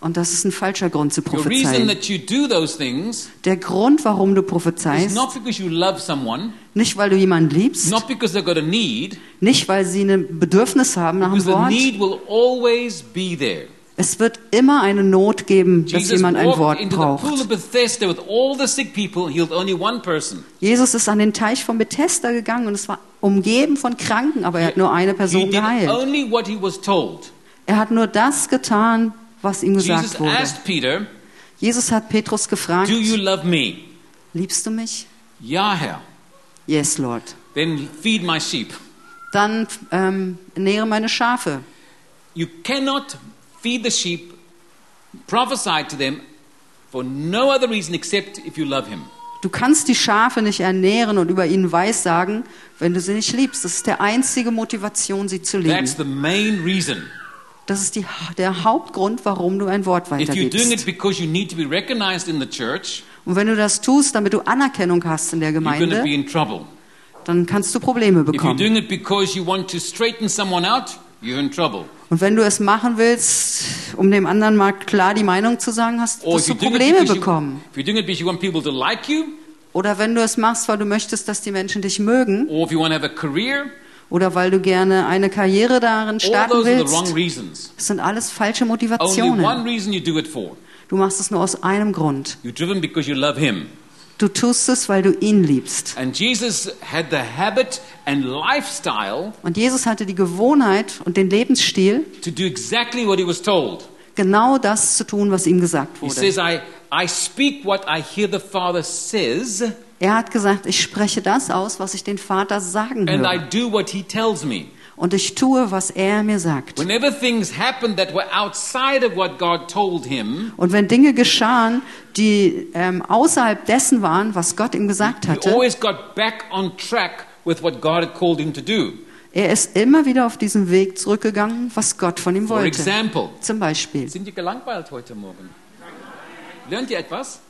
Speaker 2: Und das ist ein falscher Grund zu
Speaker 1: The Äh. reason
Speaker 2: prophezeien.
Speaker 1: that you do those things
Speaker 2: Der Grund, warum du
Speaker 1: is
Speaker 2: prophezeist,
Speaker 1: not because you love someone,
Speaker 2: nicht weil du jemanden liebst,
Speaker 1: not because they've got a need,
Speaker 2: Nicht, weil sie ein Bedürfnis haben nach
Speaker 1: because
Speaker 2: dem
Speaker 1: the
Speaker 2: Wort.
Speaker 1: need will always be there.
Speaker 2: Es wird immer eine Not geben, dass
Speaker 1: Jesus
Speaker 2: jemand ein
Speaker 1: walked
Speaker 2: Wort
Speaker 1: into the pool
Speaker 2: braucht.
Speaker 1: of Bethesda with all the sick people, healed only one person.
Speaker 2: Jesus ist an den Teich von Bethesda gegangen und es war umgeben von Kranken, aber er hat nur eine
Speaker 1: He
Speaker 2: Person
Speaker 1: did
Speaker 2: geheilt.
Speaker 1: only what he was told.
Speaker 2: Er hat nur das getan, was ihm
Speaker 1: Jesus
Speaker 2: gesagt wurde.
Speaker 1: asked Peter,
Speaker 2: Jesus hat Petrus gefragt,
Speaker 1: Do you love me?
Speaker 2: liebst du mich?
Speaker 1: Yahweh.
Speaker 2: Yes, Lord.
Speaker 1: Then feed my sheep.
Speaker 2: Dann ähm, nähre meine Schafe.
Speaker 1: You cannot feed the sheep, prophesy to them for no other reason except if you love him.
Speaker 2: Du kannst die Schafe nicht ernähren und über ihnen weissagen, wenn du sie nicht liebst. Das ist der einzige Motivation, sie zu lieben.
Speaker 1: That's the main reason.
Speaker 2: Das ist die, der Hauptgrund, warum du ein Wort
Speaker 1: If you're doing it
Speaker 2: weitergibst.
Speaker 1: because you need to be recognized in the church,
Speaker 2: Und wenn du das tust, damit du Anerkennung hast in der
Speaker 1: you're going to
Speaker 2: Gemeinde,
Speaker 1: be in trouble.
Speaker 2: dann kannst du Probleme
Speaker 1: If you're
Speaker 2: bekommen.
Speaker 1: doing it because you want to straighten someone out, you're in trouble.
Speaker 2: Und wenn du es machen willst, um dem anderen mal klar die Meinung zu sagen, hast
Speaker 1: Or
Speaker 2: wirst
Speaker 1: Oh, if
Speaker 2: du
Speaker 1: you're, doing it
Speaker 2: Probleme
Speaker 1: because you,
Speaker 2: bekommen.
Speaker 1: if you're doing it because you want people to like you,
Speaker 2: Oder wenn du es machst, weil du möchtest, dass die Menschen dich mögen,
Speaker 1: or if you want to have a career,
Speaker 2: oder weil du gerne eine Karriere darin
Speaker 1: all
Speaker 2: starten
Speaker 1: those are the wrong
Speaker 2: willst,
Speaker 1: reasons.
Speaker 2: das sind alles falsche
Speaker 1: Only one
Speaker 2: Motivationen.
Speaker 1: reason you do it for.
Speaker 2: Du machst es nur aus einem Grund.
Speaker 1: You're driven because you love him.
Speaker 2: Du tust es, weil du ihn liebst.
Speaker 1: And Jesus had the habit and lifestyle
Speaker 2: Und Jesus hatte die Gewohnheit und den Lebensstil,
Speaker 1: to do exactly what he was told.
Speaker 2: genau das zu tun, was ihm gesagt
Speaker 1: He
Speaker 2: wurde.
Speaker 1: says, I, I speak what I hear the Father says,
Speaker 2: Er hat gesagt, ich spreche das aus, was ich den Vater sagen
Speaker 1: and I
Speaker 2: höre.
Speaker 1: do what he tells me.
Speaker 2: Und ich tue, was er mir sagt.
Speaker 1: Whenever things happened that were outside of what God told him,
Speaker 2: Und wenn Dinge geschahen, die ähm, außerhalb dessen waren, was Gott ihm gesagt
Speaker 1: he
Speaker 2: hatte,
Speaker 1: always got back on track with what God had called him to do.
Speaker 2: er ist immer wieder auf diesen Weg zurückgegangen, was Gott von ihm
Speaker 1: For
Speaker 2: wollte.
Speaker 1: example,
Speaker 2: Zum Beispiel.
Speaker 1: sind ihr gelangweilt heute Morgen? Lernt ihr etwas?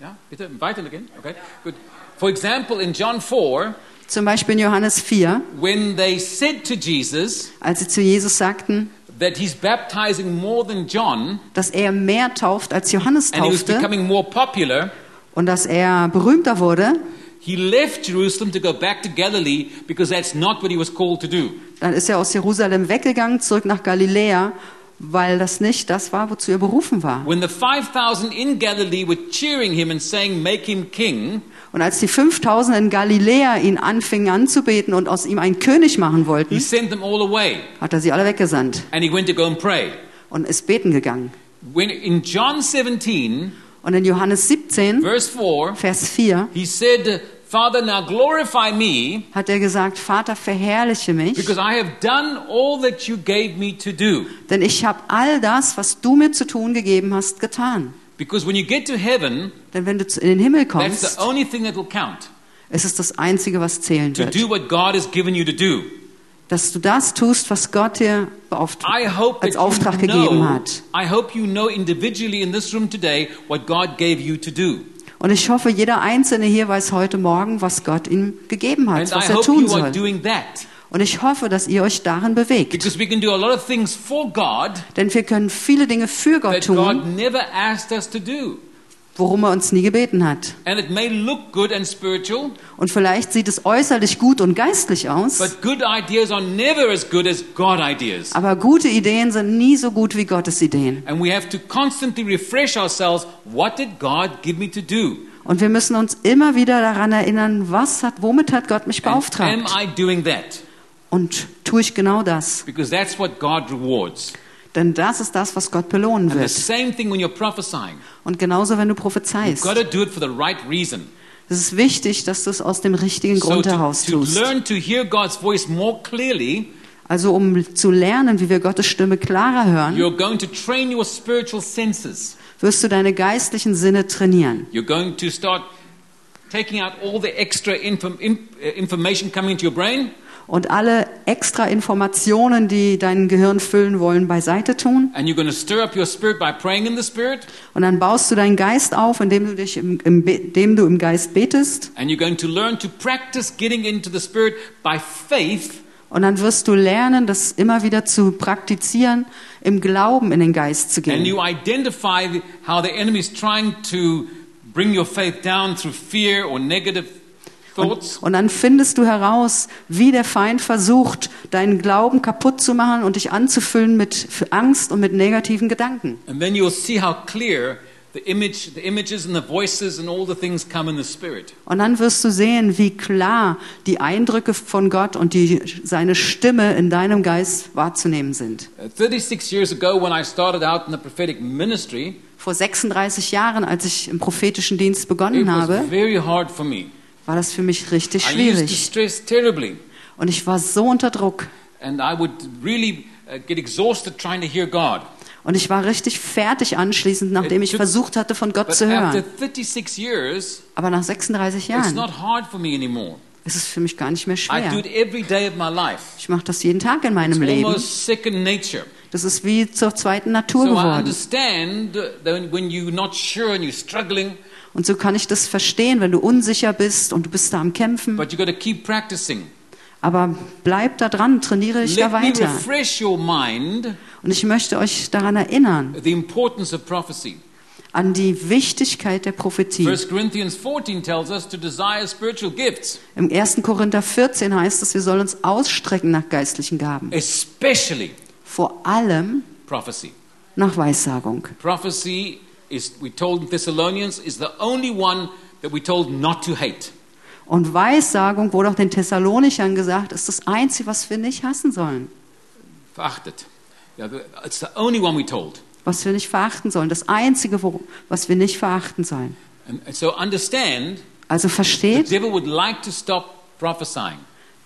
Speaker 1: Ja, bitte weitergehen. Okay, gut. For example, in John 4,
Speaker 2: Zum Beispiel in Johannes 4,
Speaker 1: when they said to Jesus
Speaker 2: als sie zu Jesus sagten,
Speaker 1: that he's baptizing more than John
Speaker 2: dass er mehr tauft als Johannes
Speaker 1: and he was
Speaker 2: taufte
Speaker 1: becoming more popular,
Speaker 2: und dass er berühmter wurde,
Speaker 1: he left Jerusalem to go back to Galilee because that's not what he was called to do.
Speaker 2: Dann ist er aus Jerusalem weggegangen, zurück nach Galiläa, weil das nicht das war, wozu er berufen war.
Speaker 1: When the 5,000 in Galilee were cheering him and saying, Make him king,
Speaker 2: Und als die 5000 in Galiläa ihn anfingen anzubeten und aus ihm einen König machen
Speaker 1: He
Speaker 2: wollten,
Speaker 1: sent them all away
Speaker 2: hat er sie alle weggesandt
Speaker 1: and he went to go and pray.
Speaker 2: und ist beten gegangen.
Speaker 1: When, in John 17,
Speaker 2: Und in Johannes 17,
Speaker 1: verse 4,
Speaker 2: Vers 4,
Speaker 1: he said, Father, now glorify me
Speaker 2: hat er gesagt, Vater, verherrliche mich,
Speaker 1: because I have done all that you gave me to do.
Speaker 2: denn ich habe all das, was du mir zu tun gegeben hast, getan.
Speaker 1: Because when you get to heaven,
Speaker 2: Denn wenn du zu- in den Himmel
Speaker 1: that's
Speaker 2: kommst,
Speaker 1: the only thing that will count
Speaker 2: es ist das Einzige, was zählen
Speaker 1: to do
Speaker 2: wird.
Speaker 1: what God has given you to do.
Speaker 2: Dass du das tust, was Gott dir
Speaker 1: I
Speaker 2: beauftragt,
Speaker 1: hope that
Speaker 2: als Auftrag
Speaker 1: you
Speaker 2: gegeben
Speaker 1: know,
Speaker 2: hat.
Speaker 1: I hope you know individually in this room today what God gave you to do.
Speaker 2: Und ich hoffe, jeder Einzelne hier weiß heute Morgen, was Gott ihm gegeben
Speaker 1: And
Speaker 2: hat,
Speaker 1: I
Speaker 2: was er
Speaker 1: hope
Speaker 2: tun
Speaker 1: you are
Speaker 2: soll.
Speaker 1: doing that.
Speaker 2: Und ich hoffe, dass ihr euch darin bewegt.
Speaker 1: Because we can do a lot of things for God
Speaker 2: Denn wir können viele Dinge für Gott
Speaker 1: that God
Speaker 2: tun,
Speaker 1: never asked us to do.
Speaker 2: worum er uns nie gebeten hat.
Speaker 1: And it may look good and spiritual,
Speaker 2: Und vielleicht sieht es äußerlich gut und geistlich aus,
Speaker 1: but good ideas are never as good as God ideas.
Speaker 2: aber gute Ideen sind nie so gut wie Gottes Ideen.
Speaker 1: And we have to constantly refresh ourselves what did God give me to do?
Speaker 2: Und wir müssen uns immer wieder daran erinnern, was hat, womit hat Gott mich
Speaker 1: And am
Speaker 2: beauftragt?
Speaker 1: I doing that?
Speaker 2: Und tue ich genau das?
Speaker 1: Because that's what God rewards.
Speaker 2: Denn das ist das, was Gott belohnen
Speaker 1: And the
Speaker 2: wird.
Speaker 1: same thing when you're prophesying.
Speaker 2: Und genauso, wenn du
Speaker 1: You've
Speaker 2: prophezeist.
Speaker 1: got to do it for the right reason.
Speaker 2: Es ist wichtig, dass du es aus dem richtigen
Speaker 1: So
Speaker 2: Grund
Speaker 1: to,
Speaker 2: heraus
Speaker 1: to
Speaker 2: tust.
Speaker 1: learn to hear God's voice more clearly,
Speaker 2: Also um zu lernen, wie wir Gottes Stimme klarer hören,
Speaker 1: you're going to train your spiritual senses.
Speaker 2: wirst du deine geistlichen Sinne trainieren.
Speaker 1: You're going to start taking out all the extra inform, in, uh, information coming into your brain,
Speaker 2: Und alle extra Informationen, die dein Gehirn füllen wollen, beiseite tun.
Speaker 1: and you're going to stir up your spirit by praying in the spirit,
Speaker 2: Und dann baust du deinen Geist auf, indem du, dich im, im, Be- indem du im Geist betest.
Speaker 1: and you're going to learn to practice getting into the spirit by faith,
Speaker 2: Und dann wirst du lernen, das immer wieder zu praktizieren, im Glauben in den Geist zu
Speaker 1: and
Speaker 2: gehen.
Speaker 1: you identify the- how the enemy is trying to bring your faith down through fear or negative thoughts.
Speaker 2: Und dann findest du heraus, wie der Feind versucht, deinen Glauben kaputt zu machen und dich anzufüllen mit Angst und mit negativen Gedanken.
Speaker 1: And then you'll see how clear the image, the images and the voices and all the things come in the spirit.
Speaker 2: Und dann wirst du sehen, wie klar die Eindrücke von Gott und die, seine Stimme in deinem Geist wahrzunehmen sind.
Speaker 1: Uh, 36 years ago, when I started out in the prophetic ministry,
Speaker 2: Vor 36 Jahren, als ich im prophetischen Dienst
Speaker 1: it
Speaker 2: begonnen
Speaker 1: was
Speaker 2: habe,
Speaker 1: very hard for me.
Speaker 2: war das für mich richtig
Speaker 1: I used to
Speaker 2: schwierig.
Speaker 1: stress terribly,
Speaker 2: Und ich war so unter Druck.
Speaker 1: and I would really uh, get exhausted trying to hear God.
Speaker 2: Und ich war richtig fertig anschließend, nachdem ich versucht hatte, von Gott
Speaker 1: But
Speaker 2: zu
Speaker 1: after
Speaker 2: hören.
Speaker 1: 36 years,
Speaker 2: Aber nach 36
Speaker 1: it's not
Speaker 2: Jahren
Speaker 1: hard for me anymore.
Speaker 2: ist es für mich gar nicht mehr
Speaker 1: I do
Speaker 2: schwer.
Speaker 1: it every day of my life.
Speaker 2: Ich mache das jeden Tag in
Speaker 1: It's
Speaker 2: meinem Leben.
Speaker 1: almost second nature.
Speaker 2: Das ist wie zur zweiten Natur
Speaker 1: So I
Speaker 2: geworden.
Speaker 1: understand that when you're not sure and you're struggling,
Speaker 2: Und so kann ich das verstehen, wenn du unsicher bist und du bist da am Kämpfen.
Speaker 1: but you got to keep practicing.
Speaker 2: Aber bleib da dran, trainiere dich da
Speaker 1: Let me
Speaker 2: weiter.
Speaker 1: refresh your mind
Speaker 2: Und ich möchte euch daran erinnern,
Speaker 1: the importance of prophecy.
Speaker 2: an die Wichtigkeit der Prophetie.
Speaker 1: 1 Corinthians 14 tells us to desire spiritual gifts,
Speaker 2: Im 1. Korinther 14 heißt es, wir sollen uns ausstrecken nach geistlichen Gaben.
Speaker 1: especially
Speaker 2: Vor allem
Speaker 1: prophecy.
Speaker 2: nach Weissagung.
Speaker 1: Prophecy is we told in Thessalonians is the only one that we told not to hate.
Speaker 2: Und Weissagung wurde auch den Thessalonichern gesagt, ist das Einzige, was wir nicht hassen sollen,
Speaker 1: Verachtet. Yeah, the- It's the only one we told.
Speaker 2: was wir nicht verachten sollen, das Einzige, wo, was wir nicht verachten sollen.
Speaker 1: And and so understand
Speaker 2: Also
Speaker 1: the
Speaker 2: versteht,
Speaker 1: devil would like to stop prophesying.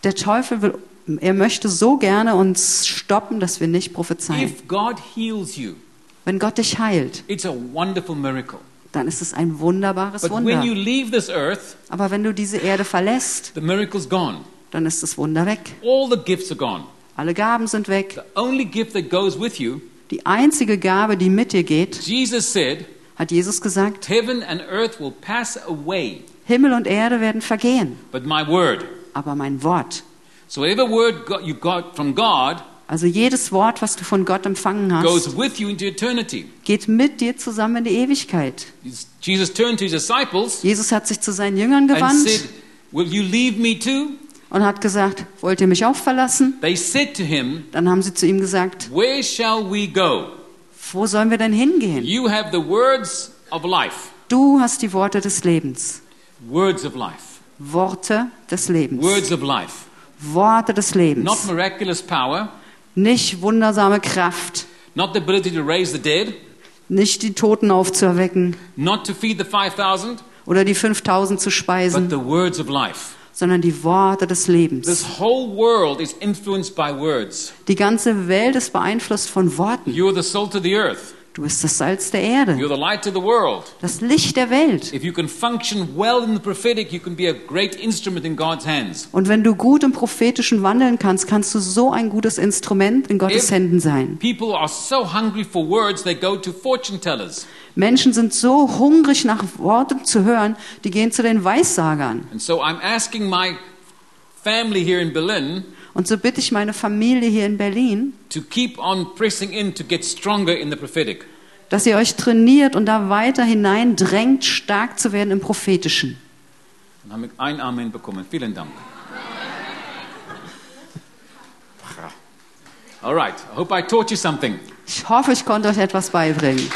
Speaker 2: der Teufel will, er möchte so gerne uns stoppen, dass wir nicht prophezeien.
Speaker 1: If God heals you,
Speaker 2: Wenn Gott dich heilt,
Speaker 1: it's a wonderful miracle.
Speaker 2: dann ist es ein wunderbares
Speaker 1: But when you
Speaker 2: Wunder.
Speaker 1: leave this earth,
Speaker 2: Aber wenn du diese Erde verlässt,
Speaker 1: the miracle's gone.
Speaker 2: dann ist das Wunder weg.
Speaker 1: All the gifts are gone.
Speaker 2: Alle Gaben sind weg.
Speaker 1: The only gift that goes with you,
Speaker 2: Die einzige Gabe, die mit dir geht,
Speaker 1: Jesus said,
Speaker 2: hat Jesus gesagt,
Speaker 1: Heaven and earth will pass away,
Speaker 2: Himmel und Erde werden vergehen,
Speaker 1: but my word.
Speaker 2: aber mein Wort.
Speaker 1: So whatever word go- you got from God
Speaker 2: Also jedes Wort, was du von Gott empfangen
Speaker 1: goes
Speaker 2: hast,
Speaker 1: with you into eternity.
Speaker 2: geht mit dir zusammen in die Ewigkeit.
Speaker 1: Jesus turned to his disciples
Speaker 2: Jesus hat sich zu seinen Jüngern
Speaker 1: and
Speaker 2: gewandt
Speaker 1: said, Will you leave me too?
Speaker 2: und hat gesagt, wollt ihr mich auch verlassen?
Speaker 1: They said to him,
Speaker 2: Dann haben sie zu ihm gesagt,
Speaker 1: Where shall we go?
Speaker 2: wo sollen wir denn hingehen?
Speaker 1: You have the words of life.
Speaker 2: Du hast die Worte des Lebens.
Speaker 1: Words of life.
Speaker 2: Worte des Lebens.
Speaker 1: Words of life.
Speaker 2: Worte des
Speaker 1: Not
Speaker 2: Lebens.
Speaker 1: miraculous power,
Speaker 2: Nicht wundersame Kraft,
Speaker 1: not the ability to raise the dead,
Speaker 2: nicht die Toten aufzuerwecken
Speaker 1: not to feed the 5,000,
Speaker 2: oder die 5000 zu
Speaker 1: but
Speaker 2: speisen,
Speaker 1: the words of life.
Speaker 2: sondern die Worte des
Speaker 1: This
Speaker 2: Lebens.
Speaker 1: whole world is influenced by words.
Speaker 2: Die ganze Welt ist beeinflusst von Worten.
Speaker 1: You're the salt of the earth.
Speaker 2: Du bist das Salz der Erde,
Speaker 1: You're the light of the world.
Speaker 2: das Licht der Welt.
Speaker 1: If you can function well in the prophetic, you can be a great instrument in God's hands.
Speaker 2: Und wenn du gut im Prophetischen wandeln kannst, kannst du so ein gutes Instrument in Gottes Händen sein.
Speaker 1: People are so hungry for words, they go to fortune tellers.
Speaker 2: Menschen sind so hungrig nach Worten zu hören, die gehen zu den Weissagern.
Speaker 1: And so I'm asking my family here in Berlin
Speaker 2: Und so bitte ich meine Familie hier in Berlin,
Speaker 1: to keep on pressing in to get stronger in the prophetic.
Speaker 2: dass ihr euch trainiert und da weiter hinein drängt, stark zu werden im Prophetischen.
Speaker 1: Dann habe ich ein Amen bekommen. Vielen Dank. All right. I hope I taught you something.
Speaker 2: Ich hoffe, ich konnte euch etwas beibringen.